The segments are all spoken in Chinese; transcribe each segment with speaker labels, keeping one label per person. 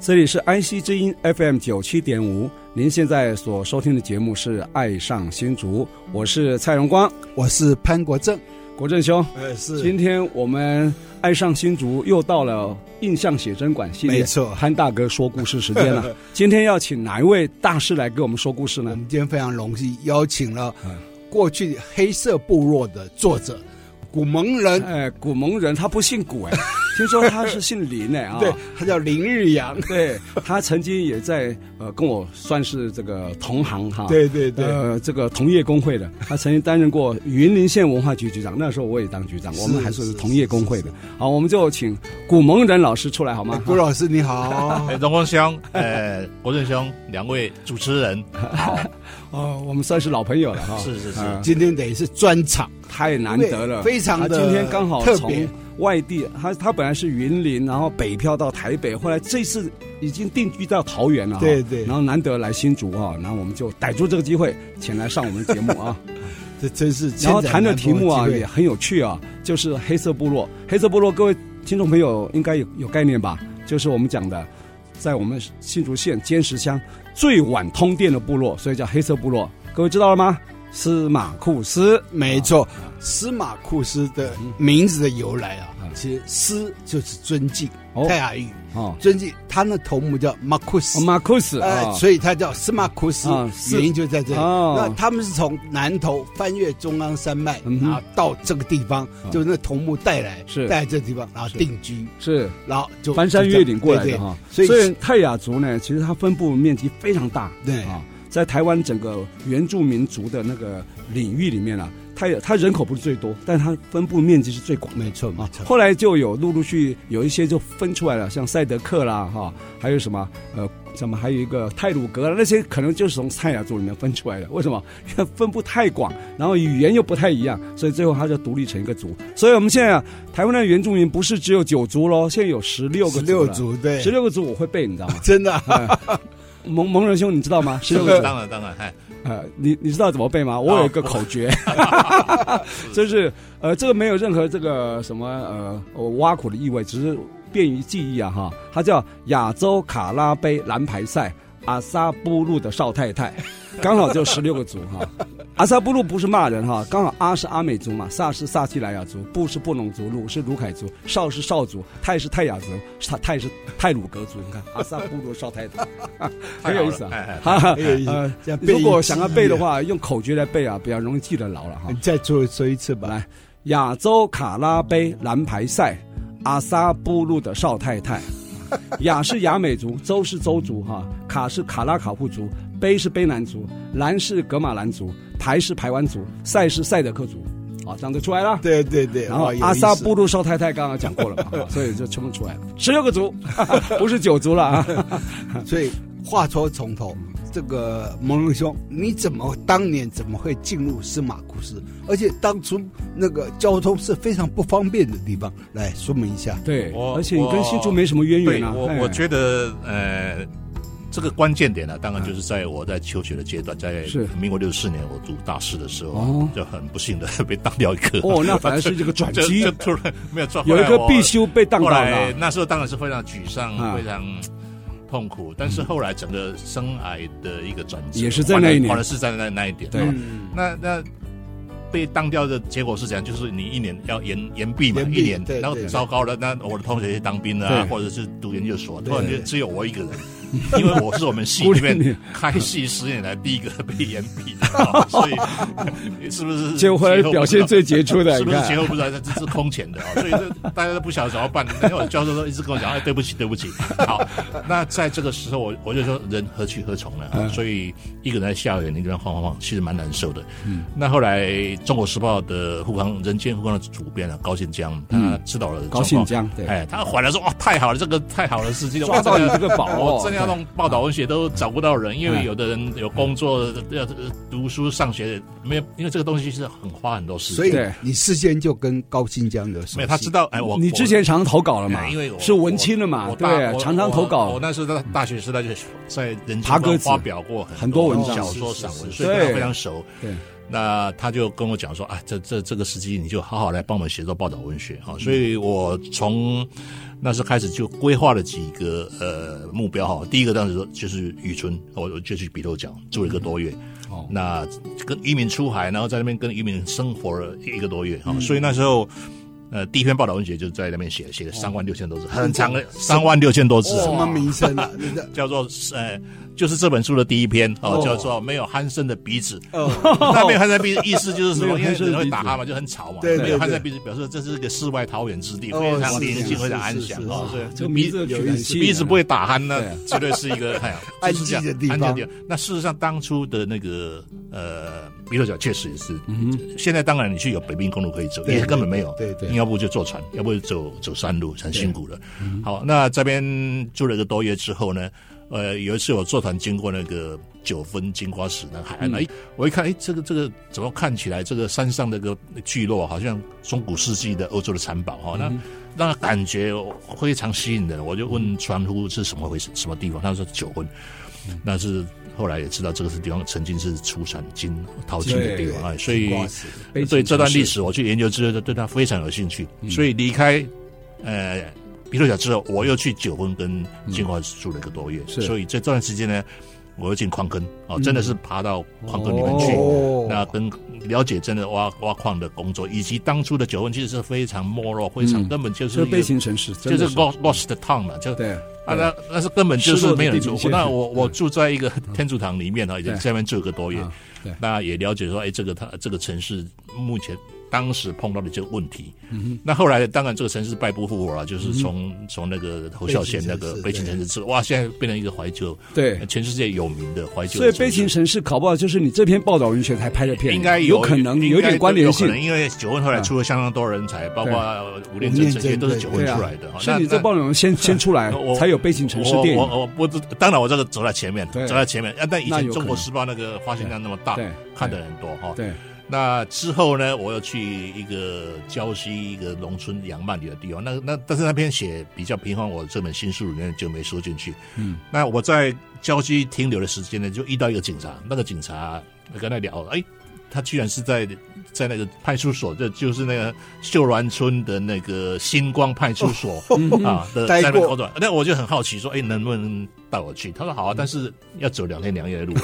Speaker 1: 这里是安溪之音 FM 九七点五，您现在所收听的节目是《爱上新竹》，我是蔡荣光，
Speaker 2: 我是潘国正，
Speaker 1: 国正兄。
Speaker 2: 呃，
Speaker 1: 今天我们《爱上新竹》又到了印象写真馆系列，
Speaker 2: 没错
Speaker 1: 潘大哥说故事时间 了。今天要请哪一位大师来给我们说故事
Speaker 2: 我
Speaker 1: 呢？
Speaker 2: 们今天非常荣幸邀请了
Speaker 1: 嗯
Speaker 2: 过去黑色部落的作者古蒙人，
Speaker 1: 哎，古蒙人他不姓 古哎，听说他是姓林哎啊。
Speaker 2: 对他叫林日阳，
Speaker 1: 对，他曾经也在呃跟我算是这个同行哈。
Speaker 2: 对对对，
Speaker 1: 呃，这个同业工会的，他曾经担任过云林县文化局局长，那时候我也当局长，
Speaker 2: 是
Speaker 1: 我们还是
Speaker 2: 是呃
Speaker 1: 同业工会的。好，我们就请古蒙人老师出来好吗？
Speaker 2: 古老师你好
Speaker 1: 啊
Speaker 3: 哎，，荣光兄，呃，国正兄，两位主持人，
Speaker 1: 哦，我们算是老朋友了哈。
Speaker 3: 是是是
Speaker 1: 啊
Speaker 2: 今天等于是专场，
Speaker 1: 太难得了，
Speaker 2: 对非常
Speaker 1: 他
Speaker 2: 的
Speaker 1: 今天刚好
Speaker 2: 特
Speaker 1: 从
Speaker 2: 别
Speaker 1: 外地，他他本来是云林，然后北漂到台北，后来这次已经定居到桃园了哈。
Speaker 2: 对对
Speaker 1: 然后难得来新竹啊，然后我们就逮住这个机会，前来上我们的节目啊。
Speaker 2: 这真是千载
Speaker 1: 然后谈的题目啊
Speaker 2: 难逢
Speaker 1: 也
Speaker 2: 机会
Speaker 1: 很有趣啊，就是黑色部落。黑色部落，各位听众朋友应该有有概念吧？就是我们讲的，在我们新竹县尖石乡最晚通电的部落，所以叫黑色部落。各位知道了吗？司马库斯，
Speaker 2: 没错，
Speaker 1: 啊
Speaker 2: 司马库斯的名字的由来啊，其实“司”就是尊敬
Speaker 1: 嗯哦，
Speaker 2: 泰雅语
Speaker 1: 哦，
Speaker 2: 尊敬，他那头目叫马库斯，
Speaker 1: 马库斯
Speaker 2: 呃，
Speaker 1: 啊，
Speaker 2: 所以它叫司马库斯
Speaker 1: 啊，是
Speaker 2: 原因就在这里。
Speaker 1: 哦
Speaker 2: 那他们是从南头翻越中央山脉，
Speaker 1: 嗯
Speaker 2: 然
Speaker 1: 哼啊
Speaker 2: 后到这个地方，就那头目带来，
Speaker 1: 是
Speaker 2: 带来这个地方，然后定居，
Speaker 1: 是
Speaker 2: 然后就
Speaker 1: 翻山越岭过来
Speaker 2: 对
Speaker 1: 的
Speaker 2: 对
Speaker 1: 哈。
Speaker 2: 所以
Speaker 1: 所以泰雅族呢，其实它分布面积非常大，
Speaker 2: 对
Speaker 1: 啊，在台湾整个原住民族的那个领域里面啊，泰雅它人口不是最多，但它分布面积是最广的。
Speaker 2: 没错没
Speaker 1: 啊
Speaker 2: 错，。
Speaker 1: 后来就有陆陆续有一些就分出来了，像赛德克啦，哈、还有什么呃，什么还有一个泰鲁格啦，那些可能就是从泰雅族里面分出来的。为什么？ 因为分布太广，然后语言又不太一样，所以最后它就独立成一个族。所以我们现在、啊、台湾的原住民不是只有九族喽，现在有十六个
Speaker 2: 十六
Speaker 1: 族
Speaker 2: 族对？
Speaker 1: 了，，十六个族我会背，你知道吗
Speaker 2: 真的啊
Speaker 1: 蒙蒙仁兄，你知道吗？十六个族。
Speaker 3: 当然当然，哎，
Speaker 1: 呃，你你知道怎么背吗？
Speaker 3: 哦
Speaker 1: 我有一个口 诀，就是呃，这个没有任何这个什么呃呃挖苦的意味，只是便于记忆啊哈。它叫亚洲卡拉杯蓝牌赛阿萨布鲁的少太 太，刚好就十六个族哈。阿萨布鲁不是骂人哈，刚好阿是阿美族嘛，萨是萨奇莱雅族，布是布农族，鲁是鲁凯族，少是少族，泰是泰雅族，泰泰是泰鲁格族。你看阿萨布鲁少太 太，很有意思啊
Speaker 3: 太好了哎哎。
Speaker 1: 哈哈
Speaker 2: 很有意思
Speaker 1: 呃
Speaker 2: 这样背
Speaker 1: 如果想要背的
Speaker 2: 记忆
Speaker 1: 话，用口诀来背啊，比较容易记得牢了哈
Speaker 2: 你。再做说一次吧。
Speaker 1: 来，亚洲卡拉杯蓝牌赛，阿萨布鲁的少太太。亚是雅美族，州是州族哈，卡是卡拉卡户族，杯是卑南族，蓝是格马兰族，排是排湾族，赛是赛德克族，啊，这样就出来了。
Speaker 2: 对对对，
Speaker 1: 然后
Speaker 2: 哇有意思
Speaker 1: 阿萨布鲁少太太刚刚讲过了嘛，哈所以就全部出来了，十六个族， 不是九族了啊。
Speaker 2: 所以话说从头，这个蒙龙兄，你怎么当年怎么会进入司马库斯？而且当初那个交通是非常不方便的地方，来说明一下。
Speaker 1: 对，
Speaker 3: 我
Speaker 1: 而且你跟
Speaker 3: 我
Speaker 1: 新竹没什么渊
Speaker 3: 对
Speaker 1: 源啊。
Speaker 3: 我
Speaker 1: 哎
Speaker 3: 我觉得呃，这个关键点呢，当然就是在我在求学的阶段，在
Speaker 1: 是
Speaker 3: 民国六十四年我读大四的时候
Speaker 1: 哦
Speaker 3: 啊，就很不幸的被当掉一科，
Speaker 1: 哦， 那反而是这个转
Speaker 3: 就
Speaker 1: 机
Speaker 3: 就，突然没有转，
Speaker 1: 有一
Speaker 3: 后来
Speaker 1: 个
Speaker 3: 我
Speaker 1: 必修被当到
Speaker 3: 后
Speaker 1: 了
Speaker 3: 来。那时候当然是非常沮丧
Speaker 1: 啊，
Speaker 3: 非常痛苦，但是后来整个生涯的一个转折，
Speaker 1: 也是在那一年
Speaker 3: 反而是在那那一点，哦
Speaker 1: 对
Speaker 2: 嗯，
Speaker 3: 那那被当掉的结果是怎样？就是你一年要延延毕嘛，
Speaker 2: 延毕
Speaker 3: 一年
Speaker 2: 对，
Speaker 3: 然后
Speaker 2: 对
Speaker 3: 糟糕了，那我的同学去当兵了、
Speaker 1: 对
Speaker 3: 啊，或者是读研究所，突然
Speaker 2: 对
Speaker 3: 就只有我一个人，因为我是我们系里面开系十年来第一个被延毕 的，哦所以是不是
Speaker 1: 结婚表现最杰出的
Speaker 3: 是不
Speaker 1: 你
Speaker 3: 是
Speaker 1: 看
Speaker 3: 前后不知道，这这是空前的啊、哦，所以这大家都不晓得怎么办。没有教授都一直跟我讲，哎，对不起，对不起。好，那在这个时候，我我就说人何去何从呢、
Speaker 1: 嗯
Speaker 3: 啊？所以一个人在校园里面晃晃晃，其实蛮难受的。嗯，那后来《中国时报》的护康《人间护康》的主编啊，高信江，他知道了、
Speaker 1: 嗯高信江对
Speaker 3: 哎，他回来说哇，太好了，这个太好了，事情
Speaker 1: 抓到你这个宝哦嗯
Speaker 3: 我真的要弄报道文学都找不到人，因为有的人有工作要读书上学，没有，因为这个东西是很花很多时间。
Speaker 2: 所以
Speaker 1: 对
Speaker 2: 你事先就跟高新疆有什么？
Speaker 3: 没有，他知道，哎，我
Speaker 1: 你之前常投稿了嘛？
Speaker 3: 哎因为我
Speaker 1: 是文青了嘛？
Speaker 3: 我大
Speaker 1: 对，啊
Speaker 3: 我
Speaker 1: 常常投
Speaker 3: 我我
Speaker 1: 稿。
Speaker 3: 那时候在大学时代就在人
Speaker 1: 爬
Speaker 3: 家
Speaker 1: 格子
Speaker 3: 发表过
Speaker 1: 很多文章
Speaker 3: 小说、散文，
Speaker 2: 是
Speaker 3: 所以跟
Speaker 1: 对
Speaker 3: 他非常熟。
Speaker 1: 对，
Speaker 3: 那他就跟我讲说啊，这这这个时机你就好好来帮我们写作报道文学啊、所
Speaker 1: 嗯
Speaker 3: 以我从那时候开始就规划了几个呃目标哈、第一个当时说就是雨村，我我就去比头奖住了一个多月。
Speaker 1: 哦
Speaker 3: 那跟渔民出海，然后在那边跟渔民生活了一个多月哈、
Speaker 1: 嗯
Speaker 3: 所以那时候。呃，第一篇报道文学就在那边写，
Speaker 2: 哦
Speaker 3: 写了三万六千多字，很长的三万六千多字啊，
Speaker 2: 什么名声啊？你的
Speaker 3: 叫做呃，就是这本书的第一篇哦
Speaker 1: 哦，
Speaker 3: 叫做没有鼾声的鼻子。
Speaker 2: 哦，
Speaker 3: 那没有鼾声的鼻子，意思就是什 么？
Speaker 1: 没
Speaker 3: 因
Speaker 1: 有
Speaker 3: 为
Speaker 1: 鼾声的
Speaker 3: 人
Speaker 1: 鼻
Speaker 3: 会
Speaker 1: 子
Speaker 3: 打哈嘛，就很吵嘛。
Speaker 2: 对对
Speaker 3: 没有鼾声
Speaker 2: 对
Speaker 3: 的鼻子表示这是一个世外桃源之地，
Speaker 2: 哦
Speaker 3: 非
Speaker 2: 是
Speaker 3: 常
Speaker 2: 是
Speaker 3: 宁
Speaker 2: 是
Speaker 3: 静，非常安
Speaker 2: 是
Speaker 3: 详
Speaker 2: 是
Speaker 3: 哦。
Speaker 2: 是
Speaker 3: 所以
Speaker 1: 这个名字
Speaker 3: 鼻
Speaker 1: 取得很吸引人
Speaker 3: 鼻子不会打鼾呢
Speaker 1: 对，
Speaker 3: 绝对是一 个哎呀，
Speaker 2: 安
Speaker 3: 就是这样
Speaker 2: 静的地
Speaker 3: 安静
Speaker 2: 方
Speaker 3: 的地方。那事实上，当初的那个呃，比头角确实也是，现在当然你去有北滨公路可以走，
Speaker 2: 嗯对
Speaker 3: 也根本没有。
Speaker 2: 对对
Speaker 3: 你要不就坐船，要不就走走山路，很辛苦了。
Speaker 2: 嗯
Speaker 3: 好，那这边住了一个多月之后呢，呃，有一次我坐船经过那个九分金瓜石那海
Speaker 2: 嗯
Speaker 3: 岸，哎、我一看，哎，这个这个怎么看起来这个山上那个呃聚落好像中古世纪的欧洲的城堡
Speaker 2: 嗯
Speaker 3: 哈、那。那感觉非常吸引人，我就问船夫是什么回事，什么地方？他说九分，
Speaker 2: 嗯
Speaker 3: 那是后来也知道这个是地方曾经是出产金淘金的地方，哎，所以
Speaker 2: 瓜子
Speaker 1: 悲情嗯
Speaker 3: 对这段
Speaker 1: 城市
Speaker 3: 历史我去研究之后，就对它非常有兴趣，所以离开呃比头角之后，我又去九份跟金华住了一个多月，
Speaker 1: 是嗯
Speaker 3: 所以这段时间呢，我又进矿坑哦，真的是爬到矿坑里面去。
Speaker 2: 哦，
Speaker 3: 那跟了解真的挖挖矿的工作，以及当初的九份其实是非常没落，非常、
Speaker 1: 嗯
Speaker 3: 根本就
Speaker 1: 这
Speaker 3: 是
Speaker 1: 个悲
Speaker 3: 一个
Speaker 1: 情城市，
Speaker 3: 就
Speaker 1: 真
Speaker 3: 是
Speaker 1: 的
Speaker 3: lost lost town 嘛，就
Speaker 1: 对
Speaker 3: 啊，那那是根本就是没有人住
Speaker 1: 失落的地平线
Speaker 3: 过。那我我住在一个天主堂里面啊，已经在那边住一个多月
Speaker 1: 嗯啊对，
Speaker 3: 那也了解说，哎，这个它这个城市目前当时碰到的这个问题。
Speaker 1: 嗯
Speaker 3: 那后来当然这个城市败不复活了，就是从从那个侯孝贤那个
Speaker 2: 悲
Speaker 3: 悲
Speaker 2: 情
Speaker 3: 情
Speaker 2: 城
Speaker 3: 城市之后，哇，现在变成一个怀旧，
Speaker 1: 对。
Speaker 3: 全世界有名的怀旧
Speaker 1: 所
Speaker 3: 的城市。
Speaker 1: 以悲情城市搞不好就是你这篇报道文学才拍的片，
Speaker 3: 应该
Speaker 1: 有
Speaker 3: 有
Speaker 1: 可能
Speaker 3: 应
Speaker 1: 有
Speaker 3: 该
Speaker 1: 点关联性啊
Speaker 3: 有可。能因为九份后来出了相当多人才，包括吴念
Speaker 2: 吴
Speaker 3: 真
Speaker 2: 念
Speaker 3: 这些
Speaker 2: 真
Speaker 3: 都是九份
Speaker 1: 对
Speaker 3: 出
Speaker 1: 啊
Speaker 3: 来的。，
Speaker 1: 所以你
Speaker 3: 哦那
Speaker 1: 这报道文先先出来
Speaker 3: 我，
Speaker 1: 才有悲情城市电
Speaker 3: 我
Speaker 1: 影。
Speaker 3: 我我不知，当然我这个走在前面，
Speaker 1: 对
Speaker 3: 走在前面。啊，但以
Speaker 1: 那有
Speaker 3: 前
Speaker 1: 可
Speaker 3: 《
Speaker 1: 能
Speaker 3: 中国时报》那个发行量那么大
Speaker 1: 对对，
Speaker 3: 看的人多哈。
Speaker 1: 对，
Speaker 3: 那之后呢，我又去一个胶西一个农村杨曼里的地方，那那但是那篇写比较平凡，我这本新书里面就没收进去。
Speaker 1: 嗯，
Speaker 3: 那我在郊区停留的时间呢，就遇到一个警察，那个警察跟他聊，哎，他居然是在在那个派出所，就就是那个秀峦村的那个星光派出 所、啊的
Speaker 2: 待
Speaker 3: 在那边
Speaker 2: 过
Speaker 3: 工作，那我就很好奇说，哎，能不能带我去？他说
Speaker 2: 嗯
Speaker 3: 好啊，但是要走两天两夜 的路。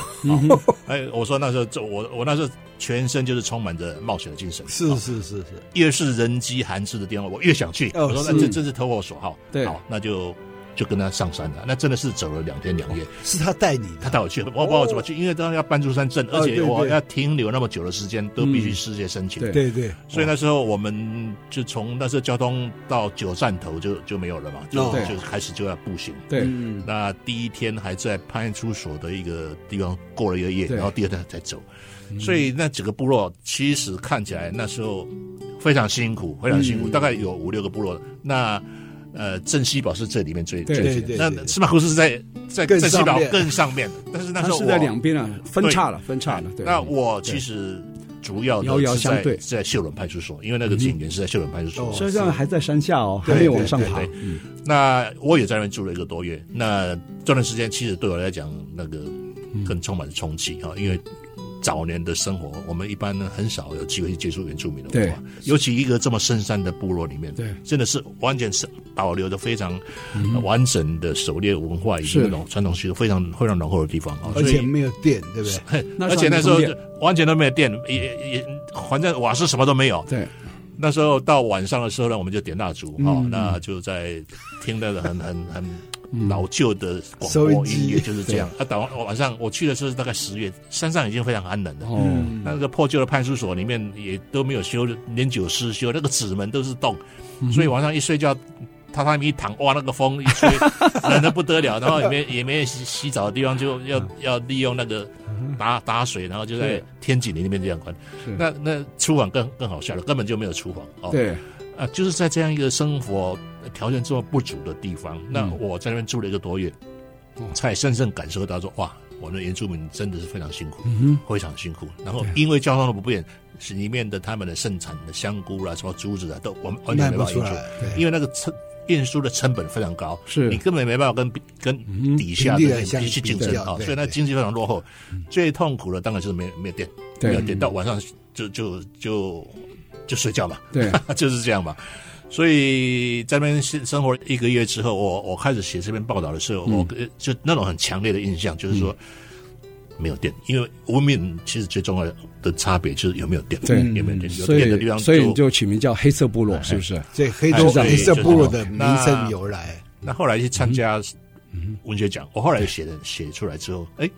Speaker 3: 啊哎，我说那时候这我我那时候全身就是充满着冒险的精神，
Speaker 2: 是
Speaker 3: 啊
Speaker 2: 是是是，
Speaker 3: 越是人迹罕至的地方，我越想去。
Speaker 2: 哦
Speaker 3: 我说
Speaker 2: 是
Speaker 3: 那这真是投我所好，
Speaker 1: 对
Speaker 3: 好，那就就跟他上山了。那真的是走了两天两夜，
Speaker 2: 是他带你
Speaker 3: 他
Speaker 2: 的，
Speaker 3: 带我去，我不知道我怎么去，因为当时要搬出山镇，而且
Speaker 2: 哦对对
Speaker 3: 我要停留那么久的时间，都必须事先申请。
Speaker 1: 对
Speaker 2: 对对，
Speaker 3: 所以那时候我们就从那时候交通到九站头就就没有了嘛，就、
Speaker 2: 哦
Speaker 3: 就开始就要步行。
Speaker 1: 对，
Speaker 2: 嗯，
Speaker 3: 那第一天还在派出所的一个地方过了一个夜，
Speaker 1: 对
Speaker 3: 然后第二天才走，所以那几个部落其实看起来那时候非常辛苦，非常辛
Speaker 1: 嗯
Speaker 3: 苦，大概有五六个部落。那呃，镇西堡是这里面最
Speaker 1: 对
Speaker 3: 最
Speaker 2: 对
Speaker 3: 近
Speaker 2: 对
Speaker 3: 那
Speaker 2: 对
Speaker 3: 司马库斯是在在
Speaker 2: 更
Speaker 3: 镇西
Speaker 2: 上
Speaker 3: 堡
Speaker 2: 面
Speaker 3: 更上面的，但是那
Speaker 1: 它
Speaker 3: 时候
Speaker 1: 是在
Speaker 3: 我
Speaker 1: 两边啊，分
Speaker 3: 对哎
Speaker 1: 叉了，分叉了。对，
Speaker 3: 那我其实主要
Speaker 1: 遥遥
Speaker 3: 的是
Speaker 1: 相
Speaker 3: 在
Speaker 1: 对
Speaker 3: 是在秀伦派出所，因为那个警员是在秀伦派出所
Speaker 2: 哦。
Speaker 1: 实际上还在山下哦，还没有往上爬
Speaker 3: 对。那我也在那边住了一个多月。那这段时间其实对我来讲，那个更充满冲击啊，因为。早年的生活，我们一般呢很少有机会去接触原住民的文化，尤其一个这么深山的部落里面，
Speaker 1: 对嗯
Speaker 3: 真的是完全是保留的非常呃完整的狩猎文化以及
Speaker 1: 是
Speaker 3: 那种传统习俗非常非常浓厚的地方啊，
Speaker 2: 而
Speaker 3: 所以
Speaker 2: 且没有电，对不对？
Speaker 1: 那时候
Speaker 3: 而且那时
Speaker 1: 还
Speaker 3: 候
Speaker 1: 没通
Speaker 3: 就完全都没有电，也也也反正瓦斯什么都没有。
Speaker 1: 对，
Speaker 3: 那
Speaker 2: 嗯
Speaker 3: 时候到晚上的时候呢，我们就点蜡烛哈、
Speaker 1: 嗯
Speaker 3: 那就在听到的很很很 老旧的广
Speaker 2: 嗯收音
Speaker 3: 播
Speaker 2: 机
Speaker 3: 音乐就是这样。啊，到晚上我去的时候是大概十月，山上已经非常寒冷了。
Speaker 1: 哦，
Speaker 2: 嗯
Speaker 3: 那个破旧的派出所里面也都没有修，连酒失修，那个纸门都是洞，
Speaker 2: 嗯
Speaker 3: 所以晚上一睡觉，榻榻米一躺，哇，那个风一 吹，冷的不得了。然后也没也没洗洗澡的地方，就要要利用那个打打水，然后就在
Speaker 1: 嗯是
Speaker 3: 天井里那边这样关
Speaker 1: 是。
Speaker 3: 那那厨房更更好笑了，根本就没有厨房
Speaker 1: 嗯
Speaker 3: 哦。
Speaker 1: 对，
Speaker 3: 啊，就是在这样一个生活条件这么不足的地方，那
Speaker 2: 嗯
Speaker 3: 我在那边住了一个多月，
Speaker 2: 哦
Speaker 3: 才深深感受到说，哇，我们的原住民真的是非常辛苦，
Speaker 2: 嗯
Speaker 3: 非常辛苦。然后
Speaker 2: 啊
Speaker 3: 因为交通的不便，是里面的他们的盛产的香菇啦、什么竹子啊，都我们完
Speaker 2: 卖
Speaker 3: 全没
Speaker 2: 不
Speaker 3: 办法
Speaker 2: 出
Speaker 3: 运
Speaker 2: 来
Speaker 3: 输，，
Speaker 2: 对
Speaker 3: 因为那个成运输的成本非常高，
Speaker 1: 是
Speaker 3: 你根本没办法跟比跟
Speaker 1: 嗯
Speaker 3: 底下
Speaker 2: 平地
Speaker 3: 的
Speaker 2: 的
Speaker 3: 人
Speaker 2: 相
Speaker 3: 去竞争
Speaker 2: 比较
Speaker 3: 啊，
Speaker 2: 对
Speaker 3: 所以那
Speaker 2: 对嗯
Speaker 3: 经济非常落后。最痛苦的当然就是没没有电，没有
Speaker 1: 对
Speaker 3: 电，到晚上就就就就睡觉嘛，
Speaker 1: 对，
Speaker 3: 就是这样吧。所以在那边生生活一个月之后，我我开始写这篇报道的时候，
Speaker 1: 嗯
Speaker 3: 我呃就那种很强烈的印象就是说。没有电，因为无名其实最重要的差别就是有没有电，
Speaker 1: 对
Speaker 3: 有没有电，有
Speaker 1: 所
Speaker 3: 电的地
Speaker 1: 以
Speaker 3: 方
Speaker 1: 所以你就取名叫黑色部落，是不是？
Speaker 2: 所以黑
Speaker 3: 哎
Speaker 2: 头
Speaker 1: 是这样
Speaker 2: 黑色
Speaker 3: 就是
Speaker 2: 部落
Speaker 3: 这
Speaker 2: 的
Speaker 3: 样
Speaker 2: 名
Speaker 3: 那
Speaker 2: 声由来，
Speaker 3: 那后来去参加
Speaker 1: 嗯
Speaker 3: 文学奖，我后来写的写出来之后，哎，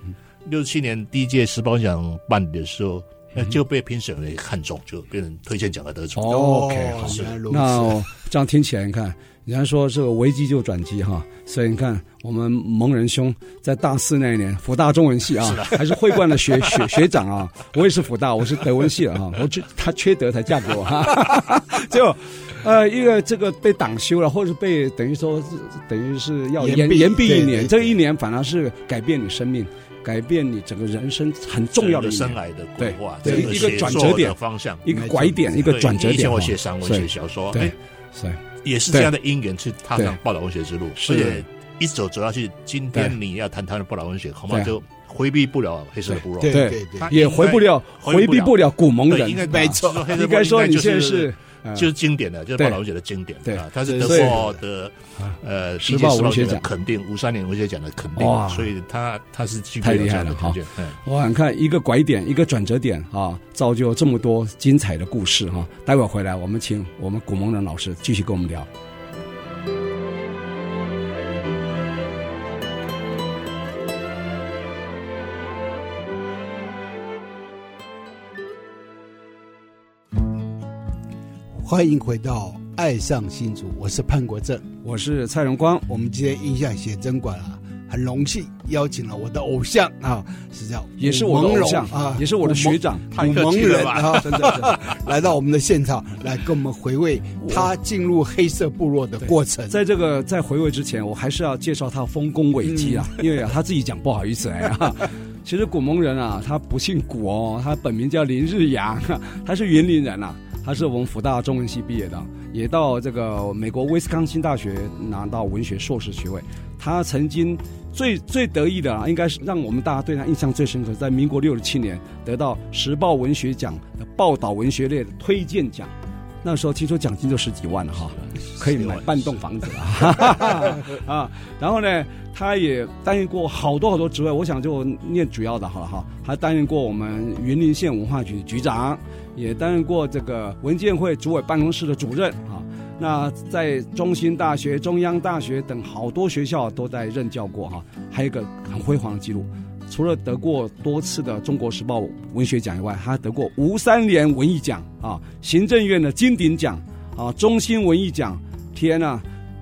Speaker 3: 六七年第一届时报奖办理的时候，
Speaker 1: 嗯
Speaker 3: 那就被评审人看中，就变成推荐奖的得主。
Speaker 1: 哦 OK，好
Speaker 2: 原来如此，
Speaker 1: 那我 这样听起来，你看，人家说这个危机就转机哈，所以你看，我们蒙仁兄在大四那一年，福大中文系啊，还是会冠的学 学学长啊，我也是福大，我是德文系的啊，我只他缺德才嫁给我哈， 就。呃，一个这个被党修了，或者是被等于说是等于是要
Speaker 2: 延
Speaker 1: 延
Speaker 2: 毕
Speaker 1: 延毕
Speaker 2: 对
Speaker 1: 一
Speaker 2: 对
Speaker 1: 年，
Speaker 2: 对
Speaker 1: 这一年反而是改变你生命，改变你整个人生很重要的一
Speaker 3: 生啊
Speaker 1: 年，
Speaker 3: 涯的规划，
Speaker 1: 对
Speaker 3: 整
Speaker 1: 对
Speaker 3: 写
Speaker 1: 一个转
Speaker 3: 作
Speaker 1: 折
Speaker 3: 的
Speaker 1: 点
Speaker 3: 方向，
Speaker 1: 一个拐点，一个
Speaker 3: 对
Speaker 1: 转折
Speaker 3: 以前
Speaker 1: 点
Speaker 3: 我
Speaker 1: 哈。
Speaker 3: 写散文、
Speaker 1: 所以
Speaker 3: 写小说，
Speaker 1: 对
Speaker 3: 哎，
Speaker 1: 所以
Speaker 3: 也是这样的因缘去踏上
Speaker 1: 对
Speaker 3: 报道文学之路，
Speaker 1: 是
Speaker 3: 而且一走走下去，今天你要谈谈报道文学，恐怕
Speaker 1: 对
Speaker 3: 就回避不了黑色的部落。
Speaker 2: 对
Speaker 1: 对
Speaker 2: 对对
Speaker 3: 他，
Speaker 1: 也回不了，
Speaker 3: 应该回
Speaker 1: 回
Speaker 3: 不了
Speaker 1: 避不了古蒙
Speaker 3: 对，
Speaker 1: 人啊
Speaker 3: 应。该啊
Speaker 2: 没错
Speaker 1: 应
Speaker 3: 就是黑色部落
Speaker 1: 该说你
Speaker 3: 就
Speaker 1: 现在是，呃
Speaker 3: 就是经典的，就是
Speaker 1: 对
Speaker 3: 报道文学的经典。
Speaker 1: 对
Speaker 3: 啊，它是
Speaker 2: 对
Speaker 3: 德国的呃
Speaker 1: 啊时报文学奖
Speaker 3: 的肯定，五三年文学奖的肯定
Speaker 1: 哇，
Speaker 3: 所以它它是具
Speaker 1: 太
Speaker 3: 备
Speaker 1: 厉
Speaker 3: 有这样的
Speaker 1: 害了
Speaker 3: 条件。嗯
Speaker 1: 哇，你看一个拐点，一个转折点啊，造就这么多精彩的故事哈、待会儿回来，我们请我们古蒙人老师继续跟我们聊。
Speaker 2: 欢迎回到《爱上新竹》，我是潘国正。
Speaker 1: 我是蔡荣光，
Speaker 2: 我们今天印象写真馆啊，很荣幸邀请了我的偶像啊，是叫
Speaker 1: 也是我的
Speaker 2: 古蒙
Speaker 1: 偶
Speaker 2: 龙
Speaker 1: 像
Speaker 2: 啊，
Speaker 1: 也是我的学长，
Speaker 2: 古蒙。古蒙人啊，真的真 的来到我们的现场，来跟我们回味他进入黑色部落的过程。
Speaker 1: 在这个在回味之前，我还是要介绍他丰功伟绩啊，因为啊他自己讲不好意思哎、啊。其实古蒙人啊，他不姓古哦，他本名叫林日阳，他是云林人啊，他是我们福大中文系毕业的，也到这个美国威斯康星大学拿到文学硕士学位。他曾经最最得意的啊，应该是让我们大家对他印象最深刻，在民国六十七年得到《时报文学奖》的报道文学类的推荐奖。那时候听说奖金就十几万了啊哈，可以买半栋房子了啊！然后呢，他也担任过好多好多职位，我想就念主要的好了哈。还担任过我们云林县文化局局长，也担任过这个文建会主委办公室的主任啊。那在中兴大学、中央大学等好多学校都在任教过哈、还有一个很辉煌的记录，除了得过多次的《中国时报》文学奖以外，他还得过吴三连文艺奖啊、行政院的金鼎奖啊、中心文艺奖。天呐、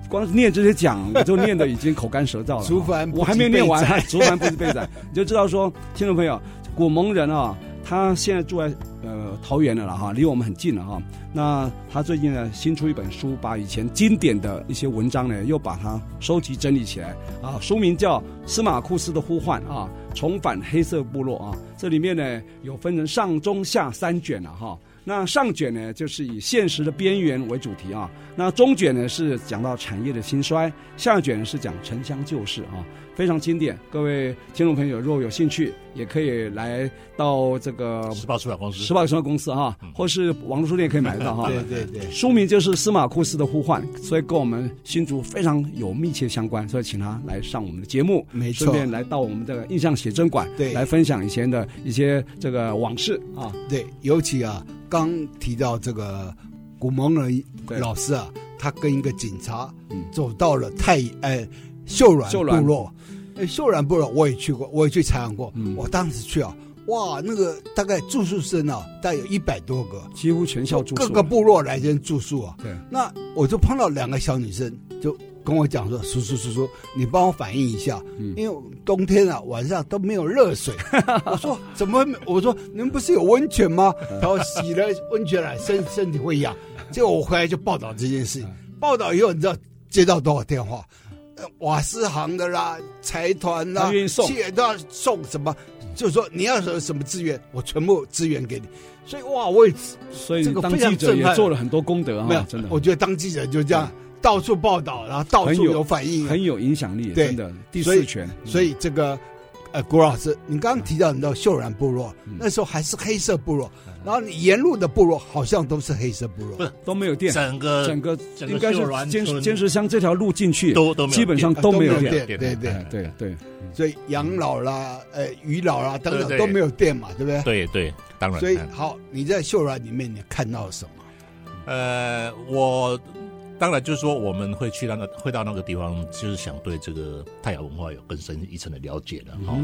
Speaker 1: 光是念这些奖，我就念的已经口干舌 燥了。
Speaker 2: 竹凡不
Speaker 1: 我还没有
Speaker 2: 及备
Speaker 1: 念完
Speaker 2: 载，
Speaker 1: 竹凡不是被 宰，你就知道说，听众朋友，古蒙人啊，他现在住在呃桃园的了哈，离我们很近了哈。那他最近呢新出一本书，把以前经典的一些文章呢，又把它收集整理起来啊，书名叫《司马库斯的呼唤》啊，重返黑色部落啊。这里面呢有分成上中下三卷了、哈。那上卷呢，就是以现实的边缘为主题啊；那中卷呢是讲到产业的兴衰，下卷是讲城乡旧事啊，非常经典。各位听众朋友，如果有兴趣，也可以来到这个
Speaker 3: 时报出版公司
Speaker 1: 时报生活公司啊，或是网络书店可以买得到哈。
Speaker 2: 对对对，
Speaker 1: 书名就是《司马库斯的呼唤》，所以跟我们新竹非常有密切相关，所以请他来上我们的节目，
Speaker 2: 没错
Speaker 1: 顺便来到我们的印象写真馆，
Speaker 2: 对
Speaker 1: 来分享以前的一些这个往事啊。
Speaker 2: 对，尤其啊，刚提到这个古蒙人
Speaker 1: 对
Speaker 2: 老师啊，他跟一个警察
Speaker 1: 嗯
Speaker 2: 走到了太呃秀软
Speaker 1: 秀峦
Speaker 2: 部落，呃秀软部落我也去过，我也去采访过。
Speaker 1: 嗯
Speaker 2: 我当时去啊，哇，那个大概住宿生啊，大概有一百多个，
Speaker 1: 几乎全校住
Speaker 2: 各
Speaker 1: 宿，
Speaker 2: 个部落来这边住宿啊。
Speaker 1: 对，
Speaker 2: 那我就碰到两个小女生，就跟我讲说：“叔叔叔叔，你帮我反映一下，
Speaker 1: 嗯
Speaker 2: 因为冬天啊晚上都没有热水。”我说：“怎么会没？”我说：“你们不是有温泉吗？”然后洗了温泉了，身身体会痒。结果我回来就报道这件事情，报道以后你知道接到多少电话？呃瓦斯行的啦，财团啦
Speaker 1: 他愿意，送
Speaker 2: 企业都要送什么？就是说你要有什么资源，我全部资源给你。所以哇，我也
Speaker 1: 所以
Speaker 2: 这个
Speaker 1: 当
Speaker 2: 非常
Speaker 1: 记者
Speaker 2: 震
Speaker 1: 也
Speaker 2: 撼
Speaker 1: 做了很多功德
Speaker 2: 没
Speaker 1: 啊
Speaker 2: 有，
Speaker 1: 真的，
Speaker 2: 我觉得当记者就这样到处报道，然后到
Speaker 1: 很
Speaker 2: 处
Speaker 1: 有
Speaker 2: 有反应，啊
Speaker 1: 很有影响力，
Speaker 2: 对
Speaker 1: 真的。第
Speaker 2: 所以
Speaker 1: 四权，嗯
Speaker 2: 所以这个。呃，郭老师，你刚刚提到你到秀然部落，
Speaker 1: 嗯
Speaker 2: 那时候还是黑色部落，然后你沿路的部落好像都是黑色部落
Speaker 3: 不，是
Speaker 1: 都没有电，
Speaker 3: 整个
Speaker 1: 整个
Speaker 3: 整个
Speaker 1: 应该
Speaker 3: 秀峦
Speaker 1: 是坚
Speaker 3: 村
Speaker 1: 持坚持乡这条路进去，
Speaker 3: 都都没有
Speaker 1: 基本上
Speaker 2: 啊
Speaker 1: 都没有
Speaker 2: 有
Speaker 1: 电。
Speaker 2: 电，
Speaker 3: 电
Speaker 2: 对对
Speaker 1: 哎，对对，
Speaker 2: 所以养老啦、呃鱼老啦等
Speaker 3: 对
Speaker 2: 等
Speaker 3: 对
Speaker 2: 都没有电嘛，对 不对？
Speaker 3: 对对，当然。
Speaker 2: 所以
Speaker 3: 嗯
Speaker 2: 好，你在秀然里面你看到什么？
Speaker 3: 呃，我当然就是说我们会去到那会到那个地方，就是想对这个泰雅文化有更深一层的了解的哈、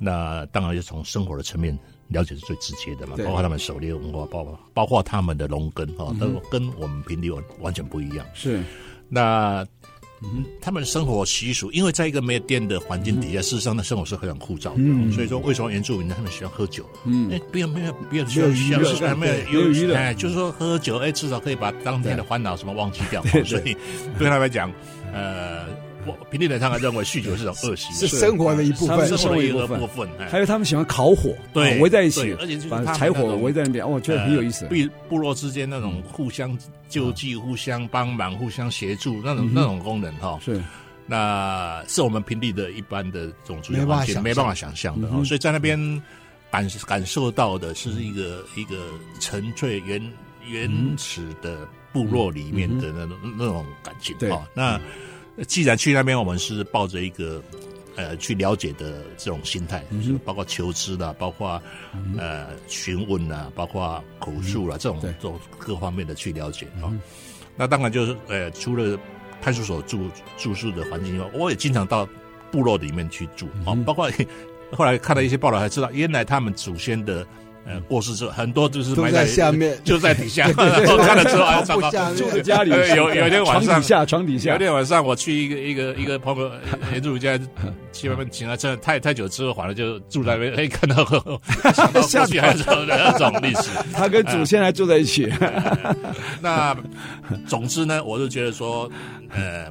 Speaker 3: 那当然就从生活的层面了解是最直接的嘛，
Speaker 1: 对
Speaker 3: 包括他们狩猎文化，包括包括他们的农耕哈，都、跟我们平地完完全不一样。
Speaker 1: 是
Speaker 3: 那嗯他们生活习俗，因为在一个没有电的环境底下，事实上的生活是非常枯燥的。
Speaker 1: 嗯
Speaker 3: 所以说，为什么原住民他们喜欢喝酒？
Speaker 1: 嗯
Speaker 3: 哎，不要没有不要
Speaker 1: 没有
Speaker 3: 说
Speaker 1: 娱
Speaker 3: 像
Speaker 1: 乐
Speaker 3: 是
Speaker 1: 感
Speaker 3: 没有
Speaker 1: 对没有娱乐
Speaker 3: 哎，就是说喝酒，哎，至少可以把当天的烦恼什么忘记掉。
Speaker 1: 对对
Speaker 3: 所以对他们来讲，呃，我平地人常常认为酗酒是种恶习，
Speaker 2: 是生活的一部
Speaker 1: 他
Speaker 2: 分
Speaker 1: 们
Speaker 3: 生活
Speaker 1: 生活
Speaker 3: 的
Speaker 1: 一
Speaker 3: 一个
Speaker 1: 部分
Speaker 3: 部分。哎
Speaker 1: 还有他们喜欢烤火，啊
Speaker 3: 对
Speaker 1: 围在一起
Speaker 3: 对而且就是，
Speaker 1: 把
Speaker 3: 他们
Speaker 1: 柴
Speaker 3: 那
Speaker 1: 火
Speaker 3: 种
Speaker 1: 围在那边，哦，我觉得很有意思嗯
Speaker 3: 呃。部部落之间那种互相救济、互相帮忙、互相协助那种那种功能哈，
Speaker 1: 是，
Speaker 3: 那是我们平地的一般的种族
Speaker 2: 没办法
Speaker 3: 环境
Speaker 2: 想
Speaker 3: 没办法想象
Speaker 1: 嗯
Speaker 3: 的哦，
Speaker 1: 哼
Speaker 3: 所以在那边感感受到的是一个一个纯粹原原始的部落里面的那种那种感情
Speaker 1: 对
Speaker 3: 哦。那既然去那边，我们是抱着一个。呃，去了解的这种心态，就是包括求知啦，包括呃询问啦，包括口述啦，这种
Speaker 1: 对
Speaker 3: 这种各方面的去了解啊。那当然就是呃，除了派出所住住宿的环境以外，我也经常到部落里面去住
Speaker 2: 嗯
Speaker 3: 啊、包括 后来看了一些报道，才知道原来他们祖先的呃过世之后，很多就是
Speaker 2: 嗯都
Speaker 3: 埋
Speaker 2: 在下面
Speaker 3: 就在底 下。然后看了之后，哎，糟糕
Speaker 2: 不，下面
Speaker 3: 就
Speaker 1: 住在家里，
Speaker 3: 呃有有一天晚
Speaker 1: 床
Speaker 3: 上
Speaker 1: 底。下，床底
Speaker 3: 有
Speaker 1: 下
Speaker 3: 一，天晚上，我去一个一个一个朋友原住民家去外面请他，真的太太久之后，反正就住在那边，哎，看到 想到过去还是有那种历史，
Speaker 1: 他跟祖先还住在一起，
Speaker 3: 哎 那总之呢，我就觉得说，呃，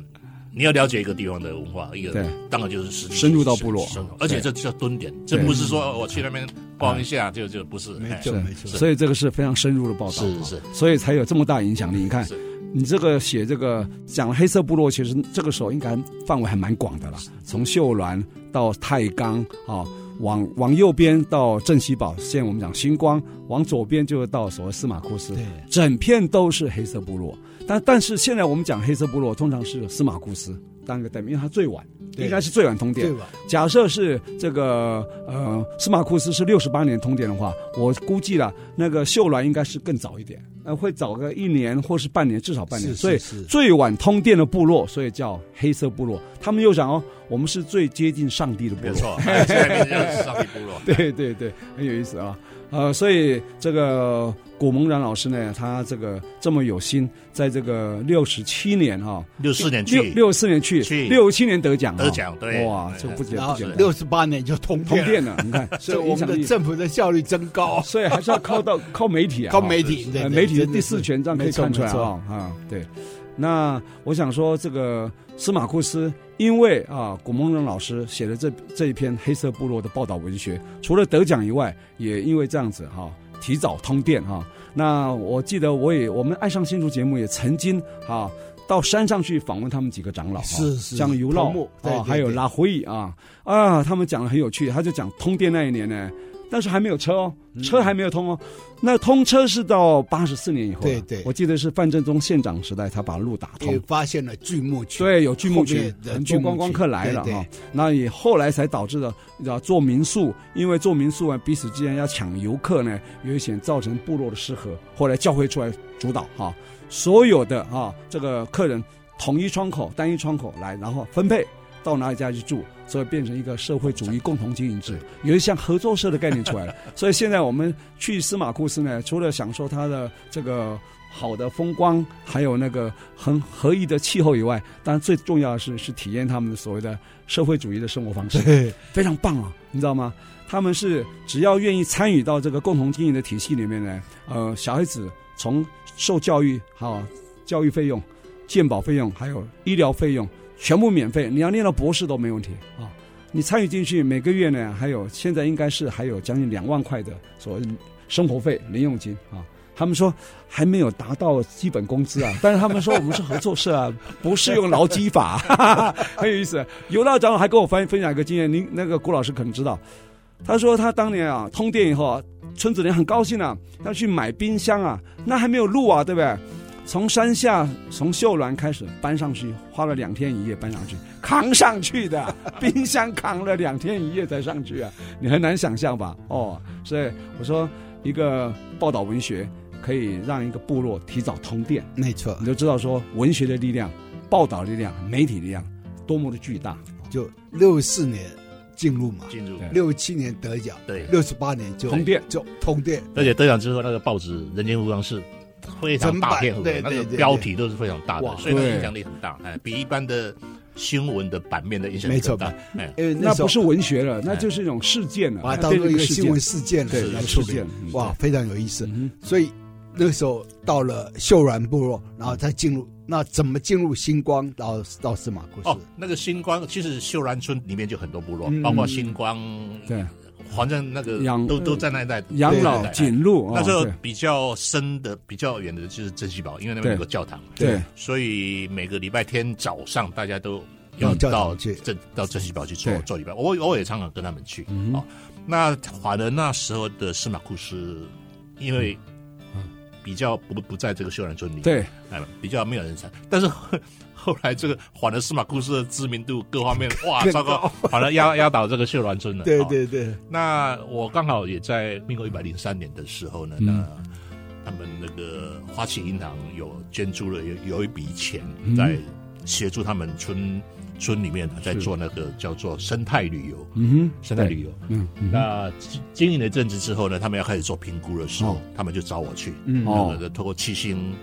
Speaker 3: 你要了解一个地方的文化，一个
Speaker 1: 对
Speaker 3: 当然就是实地
Speaker 1: 深入到部落
Speaker 3: 深入
Speaker 1: 对
Speaker 3: 而且这叫蹲点，这
Speaker 1: 对
Speaker 3: 不是说我去那边逛一下就就不是，
Speaker 2: 没
Speaker 3: 哎
Speaker 2: 错没错，
Speaker 1: 所以这个是非常深入的报道，
Speaker 3: 是是
Speaker 1: 所以才有这么大影响力。你看
Speaker 3: 是，
Speaker 1: 你这个写这个讲黑色部落，其实这个时候应该范围还蛮广的啦，从秀峦到太钢啊。往往右边到镇西堡，现在我们讲星光；往左边就到所谓司马库斯，整片都是黑色部落。但但是现在我们讲黑色部落，通常是司马库斯当一个代表，因为它最晚，
Speaker 2: 对
Speaker 1: 应该是最晚通电
Speaker 2: 对。吧？
Speaker 1: 假设是这个呃司马库斯是六十八年通电的话，我估计了那个秀兰应该是更早一点，呃，会早个一年或是半年，至少半年。
Speaker 2: 是是
Speaker 1: 所以
Speaker 2: 是
Speaker 1: 最晚通电的部落，所以叫黑色部落。他们又想哦，我们是最接近上帝的部
Speaker 3: 没
Speaker 1: 落。。
Speaker 3: 错，哎现在就是上一部落
Speaker 1: 对对对，很有意思啊。呃，所以这个古蒙然老师呢，他这个这么有心，在这个六十七年哈、
Speaker 3: 六四年
Speaker 1: 六
Speaker 3: 去
Speaker 1: 六四年去，
Speaker 3: 去
Speaker 1: 六七年得奖、啊，
Speaker 3: 得奖对
Speaker 1: 哇，这不简
Speaker 2: 然
Speaker 1: 不
Speaker 2: 后
Speaker 1: 简单，
Speaker 2: 六十八年就通
Speaker 1: 通
Speaker 2: 电了
Speaker 1: 电了，你看，
Speaker 2: 所以
Speaker 1: 这
Speaker 2: 我
Speaker 1: 影
Speaker 2: 们
Speaker 1: 响力
Speaker 2: 的政府的效率真高。
Speaker 1: 所以还是要靠到靠媒体啊，
Speaker 2: 靠媒体，对
Speaker 1: 呃
Speaker 2: 对
Speaker 1: 媒体的
Speaker 2: 真是
Speaker 1: 第四权这样可以
Speaker 2: 没错
Speaker 1: 看出来
Speaker 2: 没错
Speaker 1: 啊啊，对。那我想说，这个司马库斯，因为啊，古蒙人老师写的这这一篇黑色部落的报道文学，除了得奖以外，也因为这样子哈、提早通电哈、那我记得我也我们爱上新竹节目也曾经啊。到山上去访问他们几个长老啊，
Speaker 2: 是是
Speaker 1: 像尤老
Speaker 2: 头目对
Speaker 1: 啊，
Speaker 2: 对
Speaker 1: 还有
Speaker 2: 对
Speaker 1: 拉辉啊啊，他们讲的很有趣。他就讲通电那一年呢，但是还没有车哦，
Speaker 2: 嗯
Speaker 1: 车还没有通哦。那通车是到八十四年以后啊，
Speaker 2: 对对
Speaker 1: 我记得是范振中县长时代，他把路打通
Speaker 2: 也。发现了巨幕区，
Speaker 1: 对，有剧目群
Speaker 2: 后，面的
Speaker 1: 很
Speaker 2: 剧
Speaker 1: 多
Speaker 2: 目群
Speaker 1: 观光客来了
Speaker 2: 对对
Speaker 1: 啊。那也后来才导致了，你知道做民宿，因为做民宿啊，彼此之间要抢游客呢，有一些造成部落的失和。后来教会出来主导哈、所有的啊这个客人统一窗口、单一窗口来，然后分配。到哪里家去住，所以变成一个社会主义共同经营制，有一项合作社的概念出来了。 所以现在我们去司马库斯呢，除了享受它的这个好的风光，还有那个很合宜的气候以外，当然最重要的是是体验他们的所谓的社会主义的生活方式，
Speaker 2: 对，
Speaker 1: 非常棒啊，你知道吗？他们是只要愿意参与到这个共同经营的体系里面呢，呃，小孩子从受教育，好、教育费用、健保费用，还有医疗费用，全部免费。你要念到博士都没问题啊、你参与进去，每个月呢，还有现在应该是还有将近两万块的所谓生活费、零用金啊。他们说还没有达到基本工资啊，但是他们说我们是合作社啊，不适用劳基法，哈哈哈 很有意思。尤大长老还跟我分分享一个经验，您那个郭老师可能知道，他说他当年啊通电以后啊，村子里很高兴啊，要去买冰箱啊，那还没有路啊，对不对？从山下从秀峦开始搬上去，花了两天一夜搬上去，扛上去的冰箱扛了两天一夜才上去啊，你很难想象吧？哦，所以我说一个报道文学可以让一个部落提早通电，
Speaker 2: 没错
Speaker 1: 你，就知道说文学的力量、报道力量、媒体力量多么的巨大。
Speaker 2: 就六四年进入嘛，
Speaker 3: 进入
Speaker 1: 对
Speaker 2: 六七年得奖，
Speaker 3: 对
Speaker 2: 六十八年就
Speaker 1: 通电
Speaker 2: 就通电，
Speaker 3: 而且得奖之后，那个报纸《人间无常》是非常大片幅的，
Speaker 2: 整
Speaker 3: 那
Speaker 2: 版对
Speaker 3: 个
Speaker 2: 对对
Speaker 3: 标题都是非常大
Speaker 2: 哇
Speaker 3: 的，所以它
Speaker 1: 对
Speaker 3: 影响力很大，哎，比一般的新闻的版面的影响力
Speaker 2: 没错
Speaker 3: 更大。哎，
Speaker 2: 因为
Speaker 1: 那
Speaker 2: 时候
Speaker 1: 不是文学了，那
Speaker 3: 哎
Speaker 1: 就是一种事件了，
Speaker 2: 把它
Speaker 1: 那
Speaker 2: 当
Speaker 1: 变
Speaker 2: 做
Speaker 1: 成
Speaker 2: 一个
Speaker 1: 事
Speaker 2: 新
Speaker 1: 件
Speaker 2: 闻事件
Speaker 1: 对
Speaker 2: 来
Speaker 1: 来
Speaker 2: 处
Speaker 1: 事
Speaker 2: 理
Speaker 1: 件，，嗯
Speaker 2: 哇，，非常有意思。
Speaker 1: 嗯
Speaker 2: 所以那时候到了秀峦部落，然后再进入那怎么进入星光到到司马库斯？
Speaker 3: 哦，那个星光，其实秀兰村里面就很多部落
Speaker 1: 嗯，
Speaker 3: 包括星光，
Speaker 1: 对，
Speaker 3: 反正那个
Speaker 1: 养呃
Speaker 3: 都都在那一带。
Speaker 1: 养老
Speaker 3: 对对对
Speaker 1: 锦路
Speaker 3: 那时
Speaker 1: 哦
Speaker 3: 候
Speaker 1: 对
Speaker 3: 比较深的、比较远的就是珍稀堡，因为那边有个教堂，
Speaker 1: 对，
Speaker 3: 所以每个礼拜天早上大家都要
Speaker 1: 哦
Speaker 2: 到教堂
Speaker 3: 到
Speaker 2: 去
Speaker 3: 珍到珍稀堡去做
Speaker 1: 对
Speaker 3: 做礼拜。我我也常常跟他们去
Speaker 1: 嗯
Speaker 3: 哦。那反而那时候的司马库斯，因为
Speaker 1: 嗯
Speaker 3: 比较不不在这个秀兰村里，
Speaker 1: 对，
Speaker 3: 哎，比较没有人才。但是后 后来这个反而司马库斯的知名度各方面，哇，
Speaker 2: 更
Speaker 3: 糟糕，反而压压倒这个秀峦村了。
Speaker 2: 对
Speaker 3: 哦
Speaker 2: 对对，
Speaker 3: 那我刚好也在民国一百零三年的时候呢，
Speaker 1: 嗯
Speaker 3: 那他们那个花旗银行有捐助了有有一笔钱，
Speaker 1: 嗯
Speaker 3: 在协助他们村村里面呢在做那个叫做生态旅游，
Speaker 1: 嗯
Speaker 3: 生态旅游。
Speaker 1: 哼，嗯嗯
Speaker 3: 那经经营了一阵子之后呢，他们要开始做评估的时候，
Speaker 1: 哦
Speaker 3: 他们就找我去，
Speaker 1: 嗯
Speaker 3: 那
Speaker 1: 哦，
Speaker 3: 个透过七星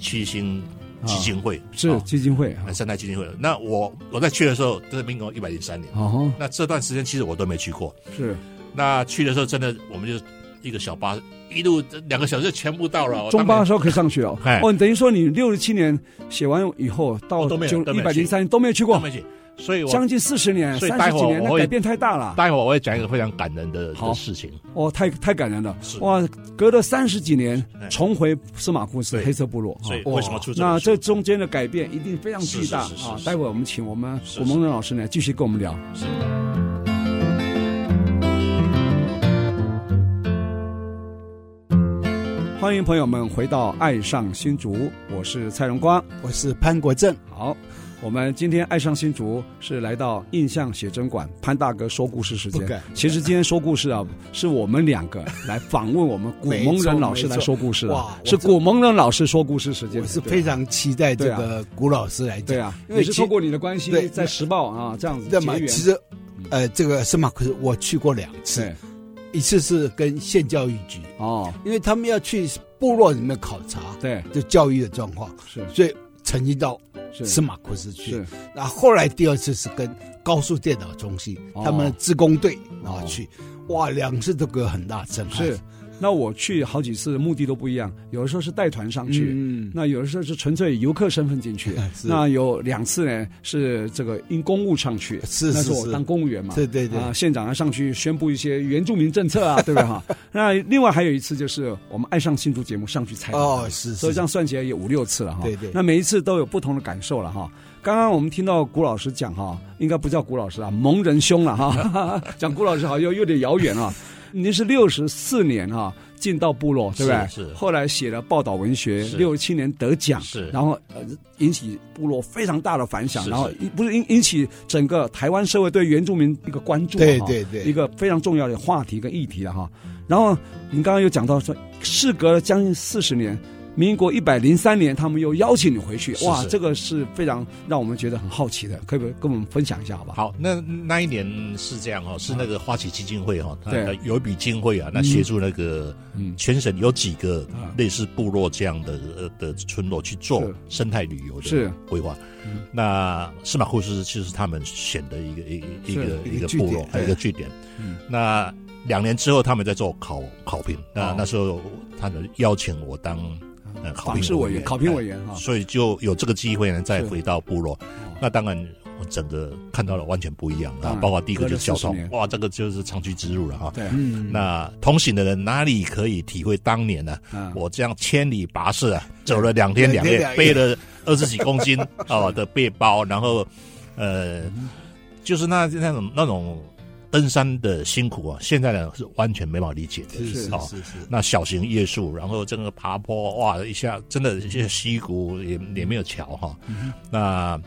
Speaker 3: 七星基金会
Speaker 1: 是
Speaker 3: 哦
Speaker 1: 基金会啊
Speaker 3: 呃，生态基金会。那我我在去的时候，这是民国一百零三年，
Speaker 1: 哦，
Speaker 3: 那这段时间其实我都没去过。
Speaker 1: 是
Speaker 3: 哦那去的时候，真的我们就一个小巴，一路两个小时就全部到了。我
Speaker 1: 中
Speaker 3: 当
Speaker 1: 巴
Speaker 3: 年
Speaker 1: 的时候可以上去了
Speaker 3: 哎。
Speaker 1: 哦，你等于说你六十七年写完以后，到
Speaker 3: 哦都没有
Speaker 1: 九
Speaker 3: 都
Speaker 1: 一
Speaker 3: 没
Speaker 1: 百
Speaker 3: 有
Speaker 1: 零
Speaker 3: 去
Speaker 1: 三都没有去
Speaker 3: 都
Speaker 1: 过，
Speaker 3: 没去，所以
Speaker 1: 将
Speaker 3: 我
Speaker 1: 近四十年、
Speaker 3: 所以
Speaker 1: 三
Speaker 3: 待
Speaker 1: 十
Speaker 3: 会
Speaker 1: 几
Speaker 3: 儿
Speaker 1: 年，
Speaker 3: 我
Speaker 1: 那
Speaker 3: 会
Speaker 1: 改变太大了。
Speaker 3: 待会儿我会讲一个非常感人的
Speaker 1: 好
Speaker 3: 的事情。
Speaker 1: 哦，太太感人了
Speaker 3: 是！
Speaker 1: 哇，隔了三十几年
Speaker 3: 哎
Speaker 1: 重回司马库斯
Speaker 3: 对
Speaker 1: 黑色部落，
Speaker 3: 所以
Speaker 1: 哦
Speaker 3: 为什么出这本
Speaker 1: 那
Speaker 3: 书
Speaker 1: 这中间的改变一定非常巨大
Speaker 3: 是是是是
Speaker 1: 啊！
Speaker 3: 是
Speaker 1: 待会儿我们请我们
Speaker 3: 是
Speaker 1: 古蒙人老师呢继续跟我们聊。
Speaker 3: 是
Speaker 1: 欢迎朋友们回到《爱上新竹》，我是蔡荣光。
Speaker 2: 我是潘国正，
Speaker 1: 好，我们今天爱上新竹是来到印象写真馆，潘大哥说故事时
Speaker 2: 不
Speaker 1: 间
Speaker 2: 敢。
Speaker 1: 其实今天说故事啊，是我们两个来访问我们古蒙人老师来说故事
Speaker 2: 没
Speaker 1: 啊
Speaker 2: 错，没错
Speaker 1: 是古蒙人老师说故事时间。
Speaker 2: 我是
Speaker 1: 对啊
Speaker 2: 非常期待这个古老师来
Speaker 1: 对
Speaker 2: 讲。
Speaker 1: 啊，
Speaker 2: 因
Speaker 1: 因
Speaker 2: 为
Speaker 1: 为
Speaker 2: 其
Speaker 1: 是透过你的关
Speaker 2: 对
Speaker 1: 系，在时报啊这样子
Speaker 2: 那么
Speaker 1: 结
Speaker 2: 其
Speaker 1: 缘。嗯
Speaker 2: 实，呃，这个司马库斯我去过两次
Speaker 1: 对，
Speaker 2: 一次是跟县教育局，
Speaker 1: 哦，
Speaker 2: 因为他们要去部落里面考察，
Speaker 1: 对，
Speaker 2: 就教育的状况，
Speaker 1: 是
Speaker 2: 所以曾经到
Speaker 1: 是
Speaker 2: 司马库斯去
Speaker 1: 是。
Speaker 2: 那后来第二次是跟高速电脑中心
Speaker 1: 哦
Speaker 2: 他们的自工队然
Speaker 1: 哦
Speaker 2: 后去，哇，两次都给我很大震撼。
Speaker 1: 是。哎那我去好几次，目的都不一样，有的时候是带团上去，
Speaker 2: 嗯，哎
Speaker 1: 那有的时候是纯粹游客身份进去
Speaker 2: 是，
Speaker 1: 那有两次呢是这个因公务上去，
Speaker 2: 是
Speaker 1: 那
Speaker 2: 是
Speaker 1: 时候我当
Speaker 2: 是，
Speaker 1: 公务员嘛，
Speaker 2: 对对对，
Speaker 1: 啊，县长要上去宣布一些原住民政策啊，对不对哈？ 那另外还有一次就是我们爱上新竹节目上去采访，
Speaker 2: 哦，是，
Speaker 1: 所以
Speaker 2: 是
Speaker 1: 这样算起来也五六次了哈。
Speaker 2: 对对
Speaker 1: 那每一次都有不同的感受了哈。刚刚我们听到古老师讲哈，应该不叫古老师啊，蒙仁兄了哈。 讲古老师好像又有点遥远啊。您是六十四年哈进到部落，对不对？
Speaker 3: 是是
Speaker 1: 后来写了报道文学，
Speaker 3: 是
Speaker 1: 六七年得奖，
Speaker 3: 是
Speaker 1: 然后呃引起部落非常大的反响，
Speaker 3: 是
Speaker 1: 然后
Speaker 3: 是
Speaker 1: 引不是引引起整个台湾社会对原住民一个关注啊，
Speaker 2: 对
Speaker 1: 哈
Speaker 2: 对对
Speaker 1: 一个非常重要的话题跟议题了哈。然后您刚刚又讲到说，事隔了将近四十年，民国一百零三年，他们又邀请你回去，
Speaker 3: 是
Speaker 1: 哇，
Speaker 3: 是
Speaker 1: 这个是非常让我们觉得很好奇的，可不可以跟我们分享一下好吧？
Speaker 3: 好，那那一年是这样哦，是那个花旗基金会哈、哦，它
Speaker 1: 对
Speaker 3: 有一笔经费啊，那协助那个
Speaker 1: 嗯
Speaker 3: 全省有几个
Speaker 1: 啊
Speaker 3: 类似部落这样的呃的村落去做
Speaker 1: 是
Speaker 3: 生态旅游
Speaker 1: 是嗯
Speaker 3: 的规划。那司马库斯就是他们选的一个一个一个
Speaker 2: 是
Speaker 3: 一
Speaker 2: 一
Speaker 3: 个
Speaker 2: 个据
Speaker 3: 部落
Speaker 2: 点，
Speaker 3: 还有一
Speaker 2: 对
Speaker 3: 个据点
Speaker 1: 嗯。
Speaker 3: 那两年之后，他们在做考考评。那
Speaker 1: 哦
Speaker 3: 那时候他们邀请我当呃考
Speaker 1: 访
Speaker 3: 评
Speaker 1: 视委员、考评委
Speaker 3: 员
Speaker 1: 员
Speaker 3: 哎，
Speaker 1: 哈，
Speaker 3: 所以就有这个机会呢，再
Speaker 1: 是嗯
Speaker 3: 回到部落。那当然，我整个看到了完全不一样
Speaker 1: 当
Speaker 3: 啊
Speaker 1: 然，
Speaker 3: 包括第一个就是交
Speaker 1: 嗯隔了40年
Speaker 3: 通，哇，这个就是长驱直入了哈。
Speaker 1: 对，
Speaker 2: 嗯，
Speaker 3: 哎那同行的人哪里可以体会当年呢、
Speaker 1: 嗯
Speaker 3: 我这样千里跋涉啊，走了两天两夜，
Speaker 2: 两天两
Speaker 3: 背
Speaker 2: 夜
Speaker 3: 了二十几公 斤哦的背包，然后呃，
Speaker 2: 嗯
Speaker 3: 就是那那种那种登山的辛苦啊，现在呢是完全没法理解的。
Speaker 2: 是是
Speaker 1: 是
Speaker 3: 哦
Speaker 2: 是是，
Speaker 3: 那小型夜宿，然后这个爬坡，哇，一下真的这些溪谷也也没有桥哈。
Speaker 1: 嗯
Speaker 3: 那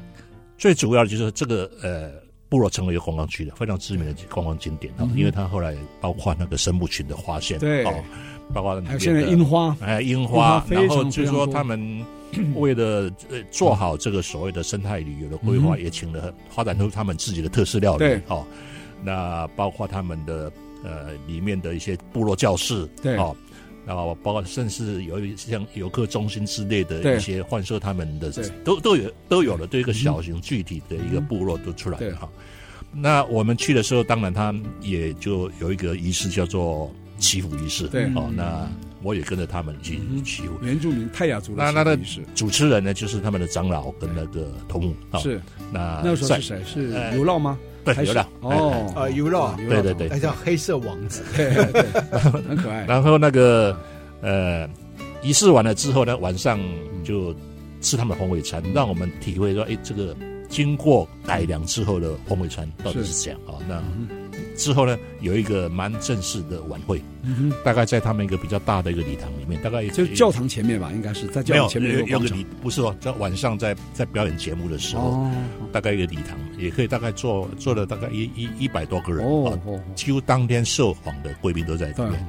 Speaker 3: 最主要的就是这个呃，部落成为一个观光区了，非常知名的观光景点啊、因为它后来包括那个神木群的花现，
Speaker 1: 嗯对
Speaker 3: 哦，包括里面
Speaker 1: 还有现在
Speaker 3: 的
Speaker 1: 樱花，
Speaker 3: 哎，樱
Speaker 1: 花
Speaker 3: 花，
Speaker 1: 非
Speaker 3: 然后
Speaker 1: 常
Speaker 3: 据
Speaker 1: 非常
Speaker 3: 说
Speaker 1: 多
Speaker 3: 他们为了呃做好这个所谓的生态旅游的规
Speaker 1: 嗯
Speaker 3: 划，也请了发展出他们自己的特色料理
Speaker 1: 对
Speaker 3: 哦。那包括他们的呃里面的一些部落教室，
Speaker 1: 对
Speaker 3: 哦，然后包括甚至有一像游客中心之类的
Speaker 1: 对
Speaker 3: 一些换设他们的
Speaker 1: 对，嗯
Speaker 3: 都都有都有了，对一个小型具体的一个部落都出来
Speaker 1: 对
Speaker 3: 了哈。那我们去的时候，当然他也就有一个仪式叫做祈福仪式，
Speaker 1: 对嗯
Speaker 3: 哦，那我也跟着他们一起祈福。
Speaker 1: 原住民泰雅族的
Speaker 3: 那那
Speaker 1: 的
Speaker 3: 那主持人呢，就是他们的长老跟那个头目啊。
Speaker 1: 是
Speaker 3: 那
Speaker 1: 那时候
Speaker 3: 在
Speaker 1: 是谁？是
Speaker 3: 呃
Speaker 1: 流浪吗？还是
Speaker 3: 对有了哎
Speaker 1: 哦，哎
Speaker 2: 呃游浪
Speaker 1: 游
Speaker 3: 对对对
Speaker 2: 那叫黑色王子，
Speaker 1: 对对对，很可爱。
Speaker 3: 然后 那个呃，仪式完了之后呢，晚上就吃他们的红尾餐，让我们体会说，哎，这个经过改良之后的红尾餐到底是怎样啊？那之后呢，有一个蛮正式的晚会，
Speaker 1: 嗯哼，
Speaker 3: 大概在他们一个比较大的一个礼堂里面，大概
Speaker 1: 就教堂前面吧，应该是在教
Speaker 3: 没有
Speaker 1: 堂前面
Speaker 3: 有有
Speaker 1: 广
Speaker 3: 个
Speaker 1: 场
Speaker 3: 礼，不是哦，在晚上在在表演节目的时候，
Speaker 1: 哦
Speaker 3: 大概一个礼堂也可以大概坐坐了大概一一一百多个人
Speaker 1: 哦
Speaker 3: 啊
Speaker 1: 哦，哦
Speaker 3: 几乎当天受访的贵宾都在里
Speaker 1: 对
Speaker 3: 面。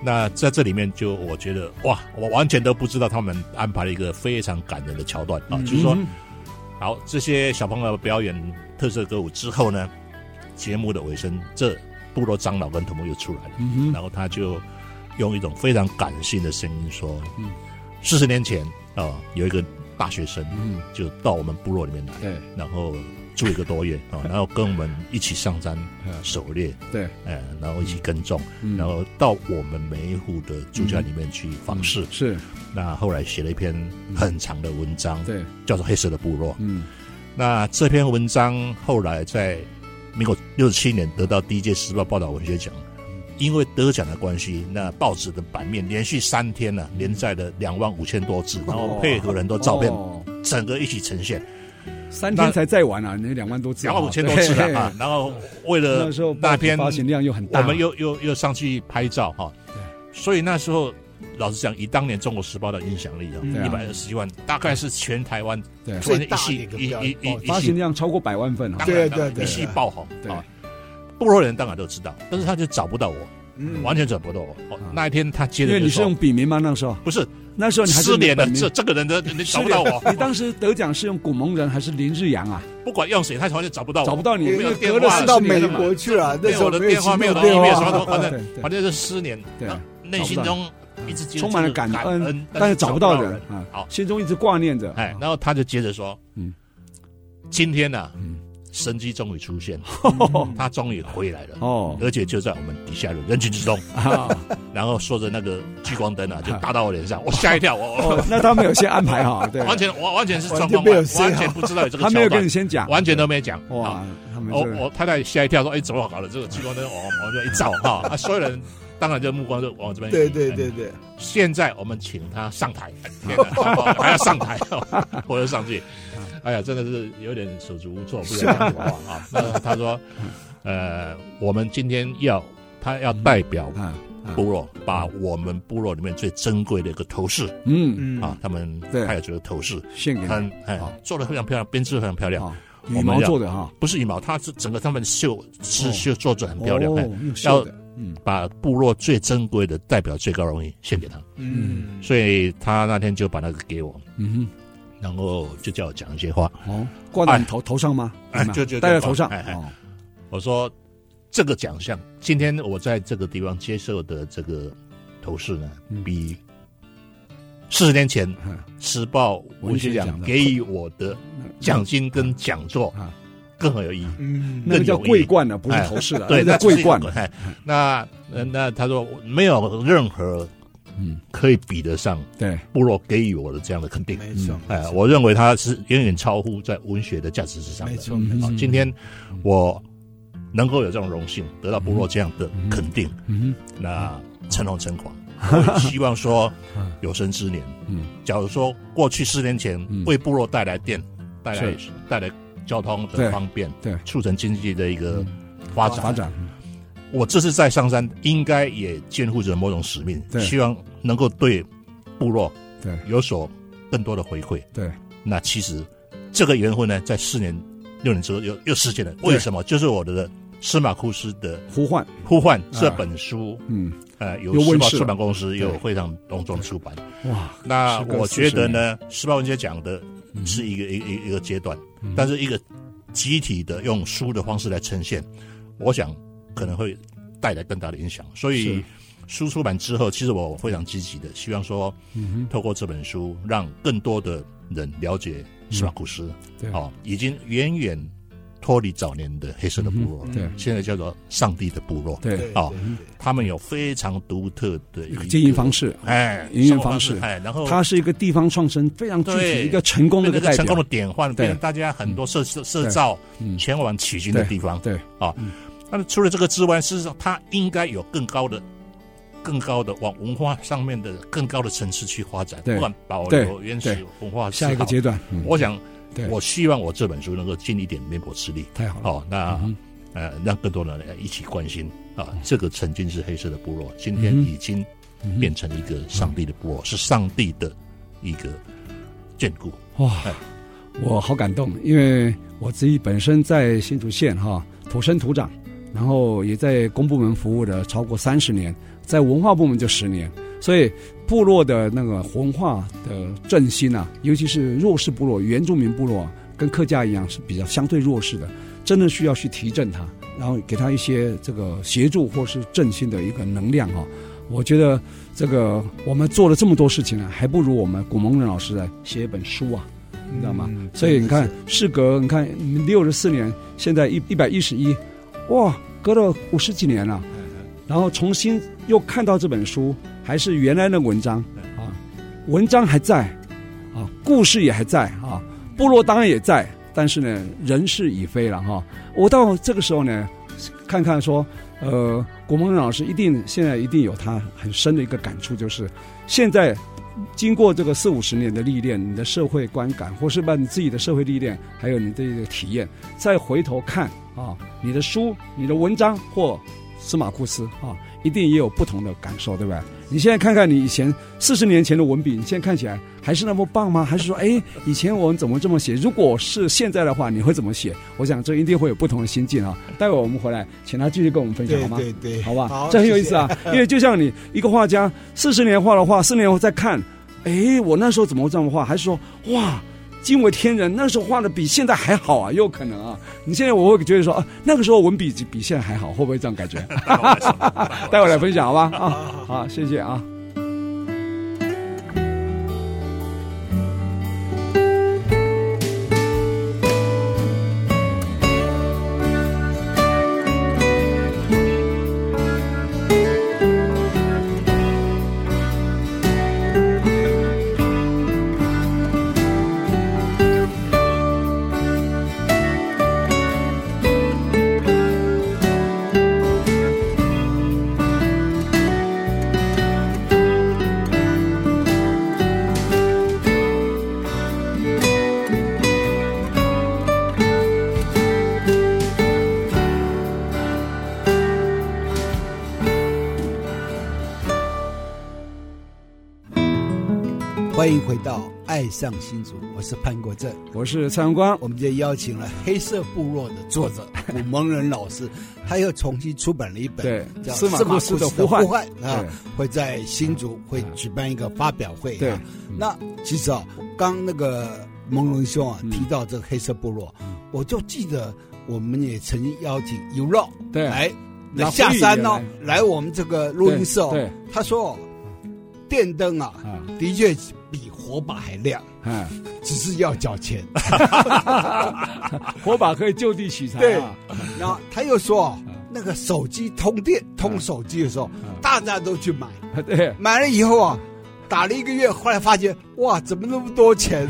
Speaker 3: 那在这里面，就我觉得哇，我完全都不知道他们安排了一个非常感人的桥段啊，就是说，
Speaker 1: 嗯
Speaker 3: 好这些小朋友表演特色歌舞之后呢，节目的尾声，这部落长老跟头目又出来了，
Speaker 1: 嗯哼，
Speaker 3: 然后他就用一种非常感性的声音说
Speaker 1: 嗯，
Speaker 3: 四十年前啊、有一个大学生
Speaker 1: 嗯，
Speaker 3: 就到我们部落里面来，
Speaker 1: 对
Speaker 3: 然后住一个 多月啊、然后跟我们一起上山狩猎，
Speaker 1: 对，
Speaker 3: 呃，然后一起耕种。
Speaker 1: 嗯
Speaker 3: 然后到我们每一户的住家里面去访视。
Speaker 1: 是
Speaker 3: 那后来写了一篇很长的文章，
Speaker 1: 对，
Speaker 3: 叫做《黑色的部落》。
Speaker 1: 嗯
Speaker 3: 那这篇文章后来在民国六七年得到第一届时报报道文学奖。因为得奖的关系，那报纸的版面连续三天呢、连载了两万五千多字，然后配合了很多照片，
Speaker 1: 哦
Speaker 3: 整个一起呈现，
Speaker 1: 三天才载完啊，那两万多字啊，
Speaker 3: 两万五千多字
Speaker 1: 对
Speaker 3: 啊！啊！然后为了
Speaker 1: 那时候
Speaker 3: 那
Speaker 1: 那
Speaker 3: 篇
Speaker 1: 篇发行量又很大，
Speaker 3: 我们又又又上去拍照哈、所以那时候老实讲，以当年《中国时报》的影响力啊，
Speaker 1: 对啊
Speaker 3: 一百二十一万，大概是全台湾
Speaker 1: 对哦
Speaker 3: 突然一
Speaker 2: 最
Speaker 3: 夕
Speaker 2: 大的
Speaker 3: 一
Speaker 2: 一个
Speaker 3: 一一
Speaker 1: 发行
Speaker 3: 一夕，
Speaker 1: 量超过百万份啊，
Speaker 3: 当然
Speaker 2: 对
Speaker 3: 当然
Speaker 2: 对对
Speaker 3: 一夕爆红
Speaker 1: 对
Speaker 3: 啊！部落人当然都知道，但是他就找不到我，
Speaker 2: 嗯，
Speaker 3: 完全找不到我。哦那一天他
Speaker 1: 嗯
Speaker 3: 接
Speaker 1: 因
Speaker 3: 着
Speaker 1: 为
Speaker 3: 就
Speaker 1: 你是用
Speaker 3: 说，
Speaker 1: 笔名吗？那时候
Speaker 3: 不是
Speaker 1: 那时候你还是
Speaker 3: 失联了，
Speaker 1: 本名
Speaker 3: 这这个人的你找不到我，
Speaker 1: 你当时得奖是用古蒙人还是林日阳啊？
Speaker 3: 不管用谁，他完全找不到我，
Speaker 1: 找不到你，
Speaker 3: 我
Speaker 1: 因
Speaker 3: 哦没有
Speaker 1: 为
Speaker 3: 电
Speaker 1: 隔了
Speaker 3: 话
Speaker 2: 搬
Speaker 1: 十
Speaker 2: 到
Speaker 1: 年
Speaker 2: 美
Speaker 1: 了嘛
Speaker 2: 国去了，那
Speaker 3: 没
Speaker 2: 时
Speaker 3: 有
Speaker 2: 候
Speaker 3: 我的
Speaker 2: 有
Speaker 3: 电话，
Speaker 2: 行
Speaker 3: 没有
Speaker 2: 动
Speaker 3: 的 email，
Speaker 2: 电
Speaker 3: 什么
Speaker 2: 话
Speaker 3: 都，反
Speaker 1: 对
Speaker 3: 正
Speaker 1: 对
Speaker 3: 反正就是失联，
Speaker 1: 对
Speaker 3: 那内心中一直接
Speaker 1: 充满了
Speaker 3: 感
Speaker 1: 感恩
Speaker 3: 恩，，
Speaker 1: 但是找不到
Speaker 3: 人
Speaker 1: 人。啊，
Speaker 3: 好
Speaker 1: 心中一直挂念着。哦
Speaker 3: 哎，然后他就接着说，
Speaker 1: 嗯
Speaker 3: 嗯，今天呢、
Speaker 1: 嗯
Speaker 3: 神机终于出现，他终于回来了，
Speaker 1: 哦
Speaker 3: 而且就在我们底下的人群之中，
Speaker 1: 啊，
Speaker 3: 然后说着那个聚光灯啊，就打到我脸上，我吓一跳，我
Speaker 1: 哦，那他们有先安排哈，对
Speaker 3: 我，完全我完全是状
Speaker 2: 完全
Speaker 3: 况
Speaker 2: 没
Speaker 3: 外，
Speaker 2: 有 say
Speaker 3: 完全不知道有这个
Speaker 1: 他没有
Speaker 3: 桥
Speaker 1: 跟你
Speaker 3: 段，
Speaker 1: 先讲，
Speaker 3: 完全都没讲，
Speaker 1: 哇
Speaker 3: 啊，，
Speaker 1: 他们
Speaker 3: 我
Speaker 1: 这
Speaker 3: 我太太吓一跳说，哎，怎么搞的这个聚光灯？我我就一照 哈，啊，所有人当然就目光就往这边移，
Speaker 2: 对对
Speaker 3: 哎
Speaker 2: 对对，
Speaker 3: 现在我们请他上台，天 哪，哦还要上台， 我就上去，哎呀，真的是有点手足无措，不知道讲什么话啊。那他说，呃，我们今天要他要代表
Speaker 1: 啊啊
Speaker 3: 部落，把我们部落里面最珍贵的一个头饰
Speaker 1: 嗯，
Speaker 2: 嗯
Speaker 3: 啊，他们
Speaker 1: 对
Speaker 3: 还有这个头饰，
Speaker 1: 献给
Speaker 3: 很哎
Speaker 1: 好
Speaker 3: 做的非常漂亮，编织得非常漂
Speaker 1: 你
Speaker 3: 亮，
Speaker 1: 啊，
Speaker 3: 我
Speaker 1: 羽
Speaker 3: 们
Speaker 1: 毛
Speaker 3: 要
Speaker 1: 做的哈，
Speaker 3: 不是羽毛，它是整个他们绣刺
Speaker 1: 哦
Speaker 3: 绣做的很漂亮，哎
Speaker 1: 哦，用
Speaker 3: 要
Speaker 1: 绣的嗯
Speaker 3: 把部落最珍贵的代表最高荣誉献给他，
Speaker 1: 嗯
Speaker 3: 所以他那天就把那个给我，
Speaker 1: 嗯
Speaker 3: 然后就叫我讲一些话。
Speaker 1: 哼，哦，挂在你头头上吗？
Speaker 3: 哎
Speaker 1: 有没有
Speaker 3: 就就
Speaker 1: 戴在头上。
Speaker 3: 哎哎
Speaker 1: 哦，
Speaker 3: 我说这个奖项，今天我在这个地方接受的这个头饰呢，
Speaker 1: 嗯
Speaker 3: 比四十年前《
Speaker 1: 嗯
Speaker 3: 时报》
Speaker 1: 文
Speaker 3: 文学
Speaker 1: 学奖
Speaker 3: 奖
Speaker 1: 的
Speaker 3: 给予我的奖金跟讲座
Speaker 1: 啊
Speaker 3: 更有意义。
Speaker 2: 嗯
Speaker 1: 那个叫桂冠的，不是头饰的，啊
Speaker 3: 对，
Speaker 1: 那
Speaker 3: 那
Speaker 1: 叫哎桂冠
Speaker 3: 只。是一个。哎那呃那他说没有任何
Speaker 1: 嗯，
Speaker 3: 可以比得上
Speaker 1: 对，
Speaker 3: 部落给予我的这样的肯定。
Speaker 2: 没错，
Speaker 3: 哎
Speaker 2: 没，错
Speaker 3: 我认为它是远远超乎在文学的价值之上的。
Speaker 2: 没错，
Speaker 1: 嗯
Speaker 2: 没
Speaker 3: 啊
Speaker 2: 错，
Speaker 3: 今天我能够有这种荣幸，得到部落这样的肯定，
Speaker 1: 嗯
Speaker 3: 那诚惶 诚恐。我也希望说
Speaker 1: 嗯，
Speaker 3: 有生之年，
Speaker 1: 嗯，
Speaker 3: 假如说过去十年前
Speaker 1: 嗯
Speaker 3: 为部落带来电、带来
Speaker 1: 是
Speaker 3: 带来交通
Speaker 1: 对
Speaker 3: 的方便，
Speaker 1: 对嗯
Speaker 3: 促成经济的一个发展，
Speaker 1: 发展，
Speaker 3: 我这次在上山，应该也肩负着某种使命，
Speaker 1: 对
Speaker 3: 希望能够对部落
Speaker 1: 对
Speaker 3: 有所更多的回馈。
Speaker 1: 对，
Speaker 3: 那其实这个缘分呢，在四年、六年之后又又实现了。
Speaker 1: 对
Speaker 3: 为什么？就是我的司马库斯的《
Speaker 1: 呼唤，
Speaker 3: 呼唤》这本书，
Speaker 1: 嗯，
Speaker 3: 呃，由
Speaker 1: 啊又问
Speaker 3: 时报
Speaker 1: 世了
Speaker 3: 出版公司有
Speaker 1: 对
Speaker 3: 非常隆重出版。
Speaker 1: 哇，
Speaker 3: 那
Speaker 1: 时隔
Speaker 3: 我觉
Speaker 1: 40
Speaker 3: 得
Speaker 1: 年
Speaker 3: 呢，时报文学奖的
Speaker 1: 嗯
Speaker 3: 是一个一个一个一个阶段，
Speaker 1: 嗯
Speaker 3: 但是一个集体的用书的方式来呈现，我想可能会带来更大的影响。所以
Speaker 1: 是
Speaker 3: 书出版之后，其实我非常积极的，希望说
Speaker 1: 嗯
Speaker 3: 透过这本书，让更多的人了解司马库斯。
Speaker 1: 嗯对
Speaker 3: 哦，已经远远脱离早年的黑色的部落了，
Speaker 1: 嗯对
Speaker 3: 现在叫做上帝的部落。
Speaker 1: 哼，对，
Speaker 2: 对
Speaker 3: 哦，他们有非常独特的一个
Speaker 1: 经营方，式，
Speaker 3: 哎，
Speaker 1: 营运
Speaker 3: 生活
Speaker 1: 方式
Speaker 3: 哎，然后
Speaker 1: 它是一个地方创生非常具体
Speaker 3: 对
Speaker 1: 一个成功
Speaker 3: 那
Speaker 1: 的
Speaker 3: 个
Speaker 1: 代
Speaker 3: 是成功的
Speaker 1: 表，
Speaker 3: 典范，
Speaker 1: 对
Speaker 3: 变成大家很多社社社造
Speaker 1: 嗯，
Speaker 3: 前往取经的地方。啊
Speaker 1: 对，嗯
Speaker 3: 那除了这个之外，事实上它应该有更高的、更高的往文化上面的更高的层次去发展，
Speaker 1: 对
Speaker 3: 不管保留
Speaker 1: 对
Speaker 3: 原
Speaker 1: 对
Speaker 3: 始文化思考
Speaker 1: 下一个阶段，嗯
Speaker 3: 我想
Speaker 1: 对，
Speaker 3: 我希望我这本书能够尽一点绵薄之力。
Speaker 1: 太好了，
Speaker 3: 哦，那
Speaker 1: 嗯哎
Speaker 3: 呃，让更多人来一起关心啊，这个曾经是黑色的部落，今
Speaker 1: 嗯
Speaker 3: 天
Speaker 1: 哼嗯
Speaker 3: 已经变成一个上帝的部落，是上帝的一个眷顾。
Speaker 1: 哇
Speaker 3: 哎，
Speaker 1: 我好感动，因为我自己本身在新竹县哈土生土长，然后也在公部门服务了超过三十年，在文化部门就十年，所以部落的那个文化的振兴啊，尤其是弱势部落、原住民部落、啊，跟客家一样是比较相对弱势的，真的需要去提振它，然后给它一些这个协助或是振兴的一个能量哈、我觉得这个我们做了这么多事情呢、还不如我们古蒙人老师来写一本书啊，你知道吗？
Speaker 2: 嗯
Speaker 1: 所以你看
Speaker 2: 真的，
Speaker 1: 事隔你看六十四年，现在一一百一十一，哇，隔了五十几年了，然后重新又看到这本书，还是原来的文章啊，文章还在啊，故事也还在啊，部落当然也在，但是呢，人事已非了哈、我到这个时候呢，看看说，呃，古蒙老师一定现在一定有他很深的一个感触，就是现在经过这个四五十年的历练，你的社会观感，或是把你自己的社会历练，还有你的一个体验，再回头看啊，你的书、你的文章或司马库斯啊，一定也有不同的感受，对吧？你现在看看你以前四十年前的文笔，你现在看起来还是那么棒吗？还是说，哎，以前我们怎么这么写？如果是现在的话，你会怎么写？我想这一定会有不同的心境啊！待会我们回来，请他继续跟我们分享好
Speaker 2: 对
Speaker 1: 吗？
Speaker 2: 对对，
Speaker 1: 好吧？这很有意思啊，因为就像你一个画家，四十年画的画，四年后再看，哎，我那时候怎么会这么画？还是说，哇，惊为天人，那时候画的比现在还好啊，也有可能啊。你现在我会觉得说，啊，那个时候文笔比现在还好，会不会这样 感觉？ 待会儿来分享好吧？啊，好，谢谢啊。
Speaker 2: 欢迎回到爱上新竹》，我是潘国正。
Speaker 1: 我是蔡荣光，
Speaker 2: 我们就邀请了《黑色部落》的作 者古蒙人老师，他又重新出版了一本
Speaker 1: 对
Speaker 2: 叫《
Speaker 1: 司马
Speaker 2: 库
Speaker 1: 库
Speaker 2: 斯
Speaker 1: 斯
Speaker 2: 的
Speaker 1: 的
Speaker 2: 呼
Speaker 1: 呼
Speaker 2: 唤
Speaker 1: 唤》
Speaker 2: 啊
Speaker 1: 对，嗯
Speaker 2: 会在新竹会举办一个发表会、啊。
Speaker 1: 对嗯
Speaker 2: 那其实啊，刚那个蒙龙兄啊
Speaker 1: 嗯
Speaker 2: 提到这个黑色部落，我就记得我们也曾经邀请尤绕
Speaker 1: 对
Speaker 2: 来
Speaker 1: 那
Speaker 2: 来下山哦
Speaker 1: 会议，
Speaker 2: 来我们这个录音室哦
Speaker 1: 对对，
Speaker 2: 他说哦电灯啊
Speaker 1: 啊，
Speaker 2: 的确比火把还亮，
Speaker 1: 哎，
Speaker 2: 只是要缴钱。
Speaker 1: 火把可以就地取材
Speaker 2: 对
Speaker 1: 啊，
Speaker 2: 然后他又说哦
Speaker 1: 嗯，
Speaker 2: 那个手机通电通手机的时候
Speaker 1: 嗯，
Speaker 2: 大家都去买，
Speaker 1: 对，
Speaker 2: 买了以后啊，打了一个月，后来发觉哇，怎么那么多 钱？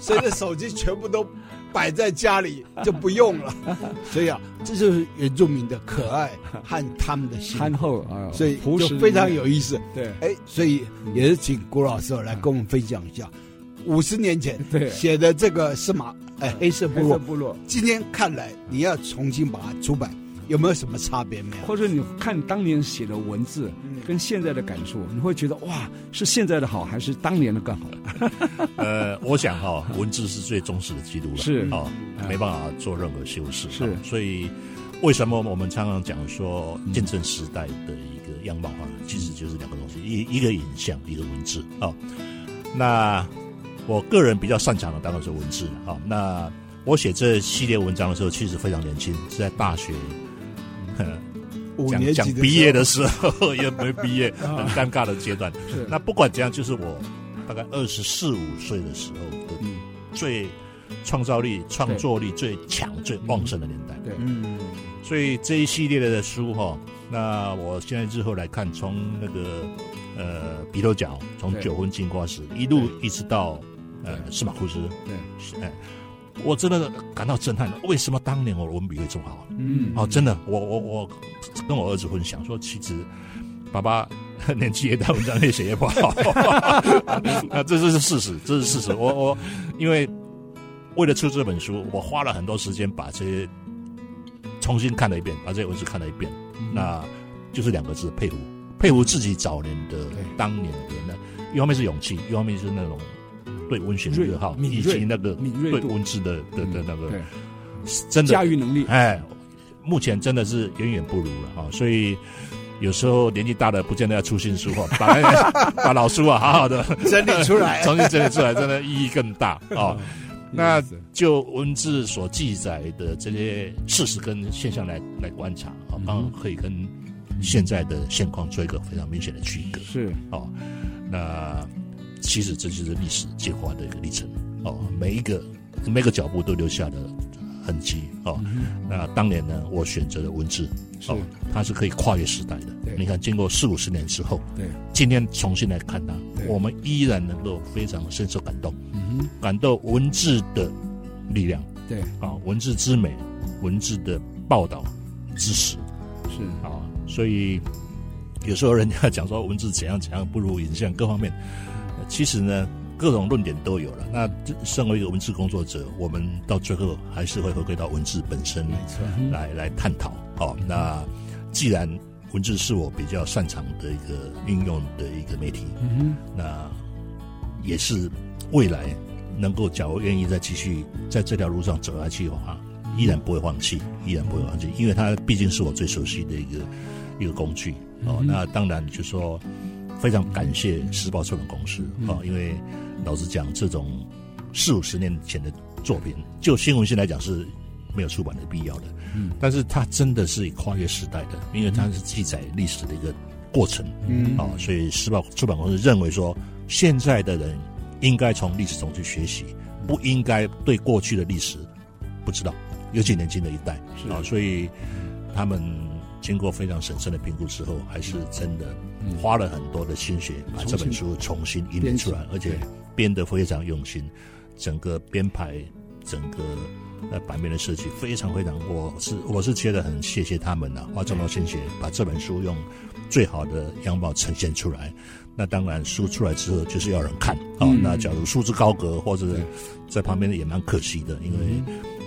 Speaker 2: 所以那手机全部都摆在家里就不用 了。所以啊，这就是原住民的可爱和他们的心，
Speaker 1: 憨厚啊，
Speaker 2: 所以
Speaker 1: 朴
Speaker 2: 就
Speaker 1: 实
Speaker 2: 非常
Speaker 1: 无
Speaker 2: 有意思。
Speaker 1: 对
Speaker 2: 哎，所以也是请郭老师来跟我们分享一下，五十年前
Speaker 1: 对嗯
Speaker 2: 写的这个司马哎黑色部
Speaker 1: 黑色
Speaker 2: 落，
Speaker 1: 部落，
Speaker 2: 今天看来你要重新把它出版，有没有什么差别没有？
Speaker 1: 或者你看当年写的文字
Speaker 2: 嗯
Speaker 1: 跟现在的感触，你会觉得哇，是现在的好还是当年的更好？
Speaker 3: 呃，我想哈、文字是最忠实的记录了，
Speaker 2: 嗯
Speaker 1: 是
Speaker 3: 哦，没办法做任何修饰，
Speaker 1: 是
Speaker 3: 哦所以为什么我们常常讲说见证时代的一个样貌化，其实就是两个东西，一一个影像，一个文字啊、哦。那我个人比较擅长的当然是文字啊、哦。那我写这系列文章的时候，其实非常年轻，是在大学。 呵
Speaker 2: 五
Speaker 3: 讲
Speaker 2: 年级
Speaker 3: 讲
Speaker 2: 时候
Speaker 3: 毕业的时候也没 毕业，很尴尬的阶段。
Speaker 1: 是
Speaker 3: 那不管怎样，就是我大概二十四五岁的时候的
Speaker 1: 嗯
Speaker 3: 最创造力、创作力最强、最旺盛的年代。
Speaker 1: 嗯对
Speaker 2: 嗯，
Speaker 3: 所以这一系列的书哈，那我现在日后来看，从那个呃比头角，从
Speaker 1: 对
Speaker 3: 九婚金瓜石一路一直到呃司马库斯，
Speaker 1: 对，
Speaker 3: 哎，我真的感到震撼，为什么当年我的文笔会这么好？
Speaker 1: 嗯
Speaker 3: 哦，真的，我我我跟我儿子分享说，其实爸爸 年纪越大，文章越写越不好， 啊，这这是事实，这是事实。我我因为为了出这本书，我花了很多时间把这些重新看了一遍，把这些文字看了一遍，
Speaker 1: 嗯
Speaker 3: 那就是两个字：佩服，佩服自己早年的
Speaker 1: 对
Speaker 3: 当年的那，一方面是勇气，一方面是那种对文学的
Speaker 1: 锐
Speaker 3: 热好，
Speaker 1: 敏
Speaker 3: 以
Speaker 1: 锐
Speaker 3: 及那个
Speaker 1: 敏锐
Speaker 3: 对
Speaker 1: 度嗯
Speaker 3: 文字的的的那个
Speaker 1: 对
Speaker 3: 真的
Speaker 1: 驾驭能力，
Speaker 3: 哎，目前真的是远远不如了哈、所以有时候年纪大了，不见得要出新书哈、 把那个把老书啊好好的
Speaker 2: 整理出来，
Speaker 3: 重新整理出来，真的意义更大啊、那
Speaker 1: 是
Speaker 3: 就文字所记载的这些事实跟现象来来观察啊，当然可以跟现在的现况做一个非常明显的区隔
Speaker 1: 是
Speaker 3: 哦。那其实这就是历史进化的一个历程哦，每一个每个脚步都留下了痕迹哦。那当年呢，我选择了文字，哦，它是可以跨越时代的
Speaker 1: 对。
Speaker 3: 你看，经过四五十年之后，
Speaker 1: 对，
Speaker 3: 今天重新来看它
Speaker 1: 对，
Speaker 3: 我们依然能够非常深受感动，感动文字的力量
Speaker 1: 嗯对
Speaker 3: 啊、文字之美，文字的报道知识
Speaker 1: 是
Speaker 3: 啊、所以有时候人家讲说文字怎样怎样不如影像各方面，呃其实呢。各种论点都有了。那这身为一个文字工作者，我们到最后还是会回归到文字本身
Speaker 2: 没
Speaker 1: 嗯
Speaker 2: 错，
Speaker 3: 来来探讨。哦，那既然文字是我比较擅长的一个运用的一个媒体，
Speaker 1: 嗯
Speaker 3: 那也是未来能够，假如愿意再继续在这条路上走下去的话，依然不会放弃，依然不会放弃，因为它毕竟是我最熟悉的一个一个工具。哦，那当然就说非常感谢时报出版公司哦，因为老实讲，这种四五十年前的作品，就新闻性来讲是没有出版的必要的。嗯，但是它真的是跨越时代的，因为它是记载历史的一个过程。嗯，啊、所以时报出版公司认为说，现在的人应该从历史中去学习，不应该对过去的历史不知道，尤其年轻的一代
Speaker 1: 是
Speaker 3: 啊、所以他们经过非常审慎的评估之后，还是真的花了很多的心血把这本书嗯重新印制出来，而且编得非常用心，整个编排，整个。呃，版面的设计非常非常，我是我是觉得很谢谢他们呐、啊花这么多心血把这本书用最好的样貌呈现出来。那当然，书出来之后就是要有人看啊、哦
Speaker 1: 嗯
Speaker 3: 那假如束之高阁或者
Speaker 1: 对
Speaker 3: 在旁边的也蛮
Speaker 1: 嗯
Speaker 3: 可惜的，因为、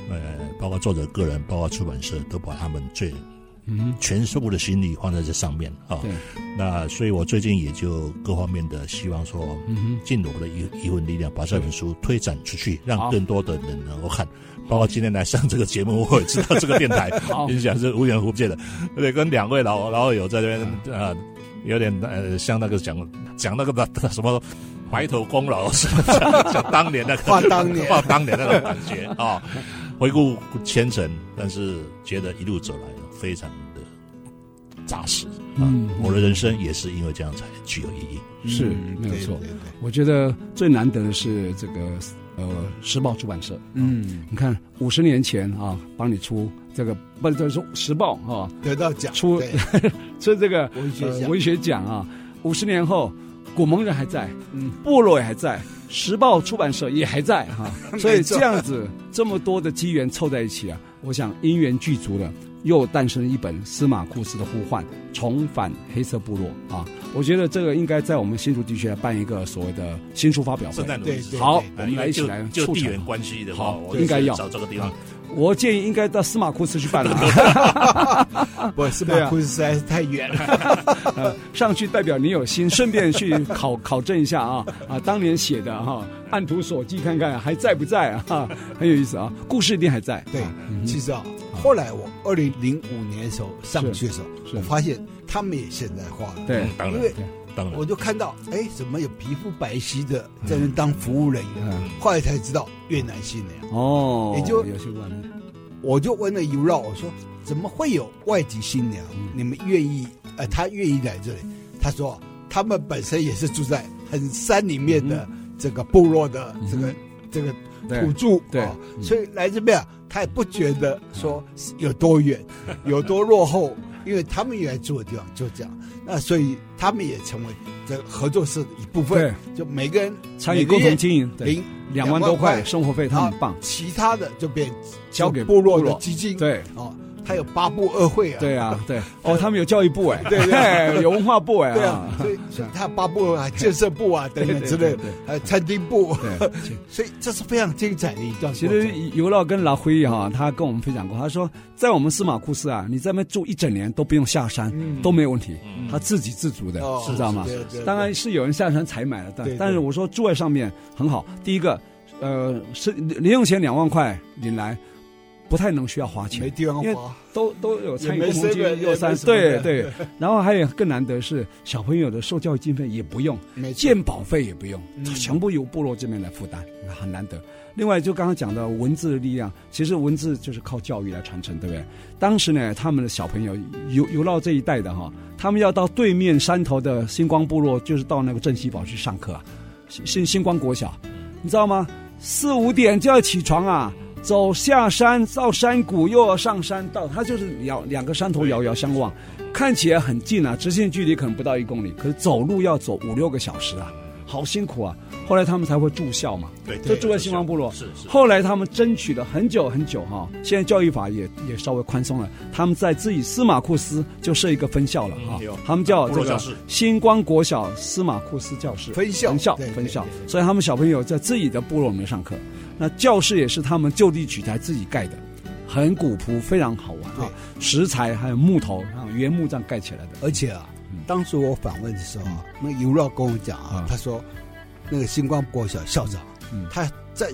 Speaker 3: 呃，包括作者个人，包括出版社，都把他们最
Speaker 1: 嗯
Speaker 3: 全部的心力放在这上面啊、
Speaker 1: 对
Speaker 3: 那所以我最近也就各方面的希望说，
Speaker 1: 嗯
Speaker 3: 尽我们的一一份力量，把这本书推展出去，
Speaker 1: 好
Speaker 3: 让更多的人能够看。包括今天来上这个节目，我也知道这个电台
Speaker 1: 好
Speaker 3: 影响是无缘无界的，而且跟两位老老友在这边
Speaker 1: 嗯
Speaker 3: 啊、呃有点呃，像那个讲讲那个 什么埋头功劳， 是吧讲讲当年那个
Speaker 2: 话当年
Speaker 3: 话当年那种感觉 啊、回顾前程，但是觉得一路走来非常的扎实啊、
Speaker 1: 嗯
Speaker 3: 我的人生也是因为这样才具有意义。
Speaker 1: 哼，是没有
Speaker 2: 对
Speaker 1: 错
Speaker 2: 对。对
Speaker 1: 我觉得最难得的是这个呃时报出版社，
Speaker 2: 嗯，
Speaker 1: 你看五十年前啊，帮你出这个不就是时报啊，
Speaker 2: 得到奖，
Speaker 1: 出
Speaker 2: 对
Speaker 1: 出这个
Speaker 2: 文学
Speaker 1: 呃
Speaker 2: 奖，
Speaker 1: 文学奖啊。五十年后，古蒙人还在，
Speaker 2: 嗯
Speaker 1: 部落也还在，时报出版社也还在哈、 所以
Speaker 2: 没错
Speaker 1: 这样子这么多的机缘凑在一起啊，我想因缘具足了，又诞生了一本司马库斯的呼唤，重返黑色部落啊。我觉得这个应该在我们新竹地区来办一个所谓的新书发表会
Speaker 3: 圣。诞
Speaker 2: 对
Speaker 3: 对
Speaker 2: 对
Speaker 1: 好，我
Speaker 3: 啊
Speaker 1: 们
Speaker 3: 因
Speaker 1: 来
Speaker 3: 为
Speaker 1: 一起
Speaker 3: 就
Speaker 1: 来
Speaker 3: 就
Speaker 1: 促
Speaker 3: 地
Speaker 1: 成
Speaker 3: 缘。关系的话，
Speaker 1: 好
Speaker 3: 我
Speaker 1: 应该要
Speaker 3: 找这个地方。
Speaker 1: 我建议应该到司马库斯去 办了、
Speaker 2: 不是
Speaker 1: 对
Speaker 2: 吧？
Speaker 1: 啊
Speaker 2: 故事实在是太远了，
Speaker 1: 呃，上去代表你有心，顺便去考考证一下啊啊，当年写的哈、按图索骥看看还在不在啊很有意思啊，故事一定还在。
Speaker 2: 对
Speaker 1: 啊嗯，
Speaker 2: 其实啊，后来我二零零五年的时候上去的时候，
Speaker 1: 是
Speaker 2: 我发现他们也现代化了，
Speaker 1: 对
Speaker 3: 嗯，当
Speaker 2: 因
Speaker 3: 然
Speaker 2: 为
Speaker 3: 当然
Speaker 2: 我，就看到，哎，怎么有皮肤白皙的在那当服务人员？
Speaker 1: 嗯
Speaker 2: 后来才知道越南新娘。
Speaker 1: 哦，
Speaker 2: 也就
Speaker 1: 有些问题，
Speaker 2: 我就问了尤绕，我说怎么会有外籍新娘？你们愿意？呃，她愿意来这里？他说他们本身也是住在很山里面的这个部落的
Speaker 1: 嗯
Speaker 2: 这个、这个
Speaker 1: 对
Speaker 2: 土著，
Speaker 1: 对
Speaker 2: 哦
Speaker 1: 嗯
Speaker 2: 所以来这边啊，他也不觉得说有 多远、有多落后，因为他们原来住的地方就这样。那所以他们也成为这个合作社的一部分，就每个人
Speaker 1: 参与共同经营，对，
Speaker 2: 零
Speaker 1: 两万多块
Speaker 2: 块
Speaker 1: 生活费，他们很棒，
Speaker 2: 其他的就变
Speaker 1: 交给
Speaker 2: 部落
Speaker 1: 部
Speaker 2: 的
Speaker 1: 落
Speaker 2: 基金，
Speaker 1: 对。
Speaker 2: 哦，他有八部二会啊，
Speaker 1: 对啊，对哦，他们有教育部哎，
Speaker 2: 对对
Speaker 1: 有文化部哎，
Speaker 2: 对啊
Speaker 1: 啊，
Speaker 2: 所以所以他有八部啊，建设部啊等等之
Speaker 1: 对
Speaker 2: 类
Speaker 1: 对
Speaker 2: 的，呃，餐厅部，
Speaker 1: 对，其
Speaker 2: 所以这是非常精彩的一段过
Speaker 1: 其
Speaker 2: 程。
Speaker 1: 实尤老跟老辉哈、他跟我们分享过，他说在我们司马库斯啊，你在那边住一整年都不用下山，
Speaker 2: 嗯
Speaker 1: 都没有问题，
Speaker 3: 嗯
Speaker 1: 他自给自足的，
Speaker 2: 哦
Speaker 1: 知道吗？
Speaker 2: 对对对
Speaker 1: 当然是有人下山采买了，但
Speaker 2: 对对
Speaker 1: 但是我说住在上面很好。第一个，呃，是零用钱两万块领来，不太能需要花
Speaker 2: 没
Speaker 1: 钱，
Speaker 2: 地方
Speaker 1: 因为
Speaker 2: 花，
Speaker 1: 都都有参与
Speaker 2: 也没
Speaker 1: 共同
Speaker 2: seven，
Speaker 1: 经营
Speaker 2: 也
Speaker 1: 又三
Speaker 2: 没，什么
Speaker 1: 对
Speaker 2: 的
Speaker 1: 对。 然后还有更难得是小朋友的受教育经费也不用，
Speaker 2: 没错
Speaker 1: 鉴宝费也不用，
Speaker 2: 嗯
Speaker 1: 全部由部落这边来负担，很难得。另外，就刚刚讲的文字的力量，其实文字就是靠教育来传承，对不对？当时呢，他们的小朋友游游到这一带的哈，他们要到对面山头的星光部落，就是到那个镇西堡去上课啊，星星星光国小，你知道吗？四五点就要起床啊，走下山到山谷，又要上山到，它就是遥两个山头遥遥相望，看起来很近啊，直线距离可能不到一公里，可是走路要走五六个小时啊，好辛苦啊。后来他们才会住校嘛，
Speaker 3: 对，
Speaker 1: 就住在新王部落
Speaker 3: 是是，
Speaker 1: 后来他们争取了很久很久哈、现在教育法也也稍微宽松了，他们在自己司马库斯就设一个分校了哈、
Speaker 3: 嗯有
Speaker 1: 他们叫这
Speaker 3: 部落
Speaker 1: 个
Speaker 3: 教室
Speaker 1: 星光国小司马库斯教室
Speaker 2: 分校
Speaker 1: 分校
Speaker 2: 对对
Speaker 1: 分校
Speaker 2: 对，对
Speaker 1: 所以他们小朋友在自己的部落里面上课，那教室也是他们就地取材自己盖的。很古朴，非常好玩啊！石材还有木头啊，原木这样盖起来的。
Speaker 2: 而且啊，当时我访问的时候啊，那尤绕跟我讲
Speaker 1: 嗯
Speaker 2: 啊，他说那个星光国小校长
Speaker 1: 嗯，
Speaker 2: 他在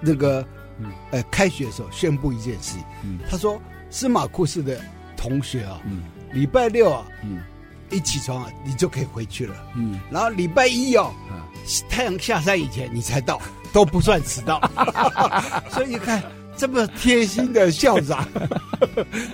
Speaker 2: 那个
Speaker 1: 嗯
Speaker 2: 呃开学的时候宣布一件事
Speaker 1: 嗯
Speaker 2: 情，他说司马库斯的同学啊，
Speaker 1: 嗯
Speaker 2: 礼拜六啊
Speaker 1: 嗯
Speaker 2: 一起床啊，你就可以回去了。
Speaker 1: 嗯，
Speaker 2: 然后礼拜一哦
Speaker 1: 啊，
Speaker 2: 太阳下山以前你才到，都不算迟 到。所以你看，这么贴心的 校长，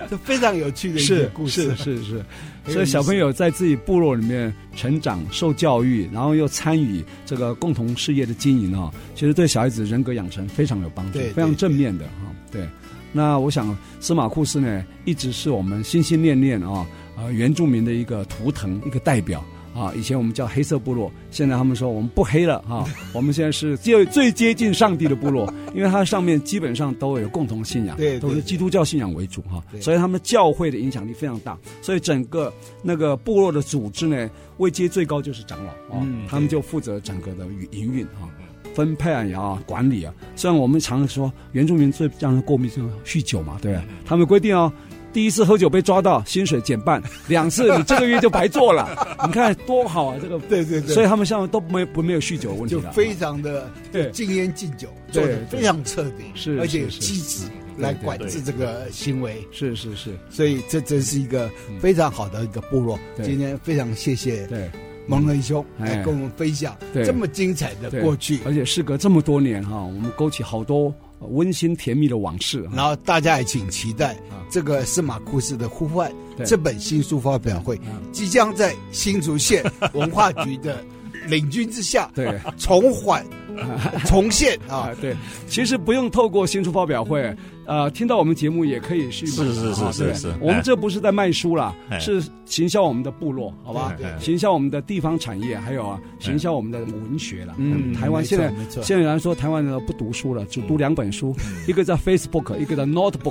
Speaker 2: 这非常有趣的一个
Speaker 1: 是
Speaker 2: 故事
Speaker 1: 是。是是，
Speaker 2: 很有
Speaker 1: 所以
Speaker 2: 意思
Speaker 1: 小朋友在自己部落里面成长、受教育，然后又参与这个共同事业的经营啊、其实对小孩子人格养成非常有帮助，
Speaker 2: 对
Speaker 1: 非常正面的哈、对，那我想司马库斯呢，一直是我们心心念念啊、呃原住民的一个图腾、一个代表。啊，以前我们叫黑色部落，现在他们说我们不黑了 啊，我们现在是最最接近上帝的部落，因为它上面基本上都有共同信仰，
Speaker 2: 对对
Speaker 1: 都是基督教信仰为主哈，
Speaker 2: 对
Speaker 1: 所以他们教会的影响力非常大，所以整个那个部落的组织呢，位阶最高就是长老啊，
Speaker 2: 嗯
Speaker 1: 他们就负责整个的营运啊。分配啊，也啊，管
Speaker 2: 嗯
Speaker 1: 理啊。虽然我们常说原住民最让人过敏就是酗酒嘛，对不对？他们规定哦，第一次喝酒被抓到，薪水减半；两次你这个月就白做 了。你看多好啊，这个。
Speaker 2: 对对对，
Speaker 1: 所以他们上面都没不没有酗酒问题
Speaker 2: 就
Speaker 1: 的，
Speaker 2: 非常的
Speaker 1: 对
Speaker 2: 禁烟禁酒，做的
Speaker 1: 对对
Speaker 2: 非常彻底，
Speaker 1: 是
Speaker 2: 而且有
Speaker 1: 是是
Speaker 2: 机制来管
Speaker 3: 对
Speaker 2: 制这个行为，
Speaker 1: 是是是，
Speaker 2: 所以这真是一个非常好的一个部落。
Speaker 1: 嗯对
Speaker 2: 今天非常谢谢
Speaker 1: 对
Speaker 2: 蒙仁兄
Speaker 1: 嗯
Speaker 2: 来
Speaker 1: 哎
Speaker 2: 跟我们分享
Speaker 1: 对
Speaker 2: 这么精彩的
Speaker 1: 对
Speaker 2: 过去，
Speaker 1: 而且事隔这么多年哈，我们勾起好多呃温馨甜蜜的往事哈。
Speaker 2: 然后大家也请期待
Speaker 1: 啊
Speaker 2: 这个司马库斯的呼唤
Speaker 1: 对
Speaker 2: 这本新书发表会
Speaker 1: 嗯
Speaker 2: 即将在新竹县文化局的领军之下
Speaker 1: 对
Speaker 2: 重 缓重现啊
Speaker 1: 啊，，对，其实不用透过新书发表会，呃，听到我们节目也可以去买
Speaker 3: 是是是
Speaker 1: 啊
Speaker 3: 是
Speaker 1: 对
Speaker 3: 是
Speaker 1: 我
Speaker 3: 哎
Speaker 1: 们这不是在卖书啦，
Speaker 3: 哎
Speaker 1: 是行销我们的部落，好吧？
Speaker 3: 对对
Speaker 1: 行销我们的地方产业，还有啊，行销我们的文学啦。
Speaker 2: 嗯
Speaker 1: 台湾
Speaker 2: 没错
Speaker 1: 现在
Speaker 2: 没错
Speaker 1: 现在来说，台湾呢不读书了，只读两本书，
Speaker 3: 嗯
Speaker 1: 一个叫 Facebook，一个叫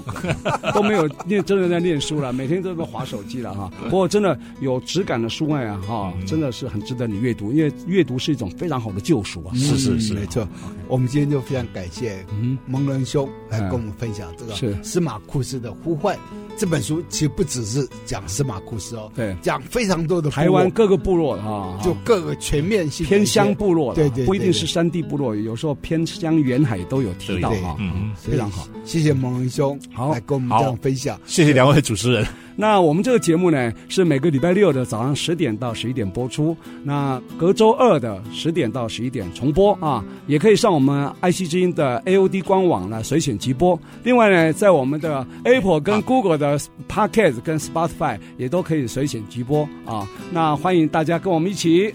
Speaker 1: Notebook，都没 有念真的在念书了，每天都在划手机了哈。不过真的有质感的书外啊哈，
Speaker 3: 嗯
Speaker 1: 真的是很值得你阅读，因为阅读是一种非常好的救赎啊。
Speaker 3: 是是是
Speaker 2: 嗯没错。我们今天就非常感谢
Speaker 1: 嗯，
Speaker 2: 蒙仁兄来
Speaker 1: 嗯
Speaker 2: 跟我们分享这个
Speaker 1: 是
Speaker 2: 《司马库斯的呼唤》这本书，其实不只是讲司马库斯哦，
Speaker 1: 对
Speaker 2: 讲非常多的部落
Speaker 1: 台湾各个部落啊，
Speaker 2: 就各个全面性的
Speaker 1: 偏
Speaker 2: 一些
Speaker 1: 乡部落啦
Speaker 2: 对对对
Speaker 1: 不一定是山地部落，有时候偏乡远海都有提到
Speaker 2: 对
Speaker 1: 哈。
Speaker 3: 嗯，
Speaker 2: 所以
Speaker 1: 非常好，
Speaker 2: 谢谢蒙仁兄
Speaker 1: 好
Speaker 2: 来跟我们这样
Speaker 3: 好
Speaker 2: 分享。
Speaker 3: 谢谢两位主持人，
Speaker 1: 那我们这个节目呢，是每个礼拜六的早上十点到十一点播出，那隔周二的十点到十一点重播啊，也可以上我们爱惜之音的 AOD 官网呢随选即播。另外呢，在我们的 Apple 跟 Google 的 Podcast 跟 Spotify 也都可以随选即播啊。那欢迎大家跟我们一起，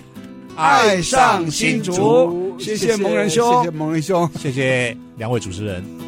Speaker 2: 爱上新竹，
Speaker 1: 谢谢蒙仁兄
Speaker 2: 谢谢蒙仁兄。
Speaker 3: 谢谢两位主持人。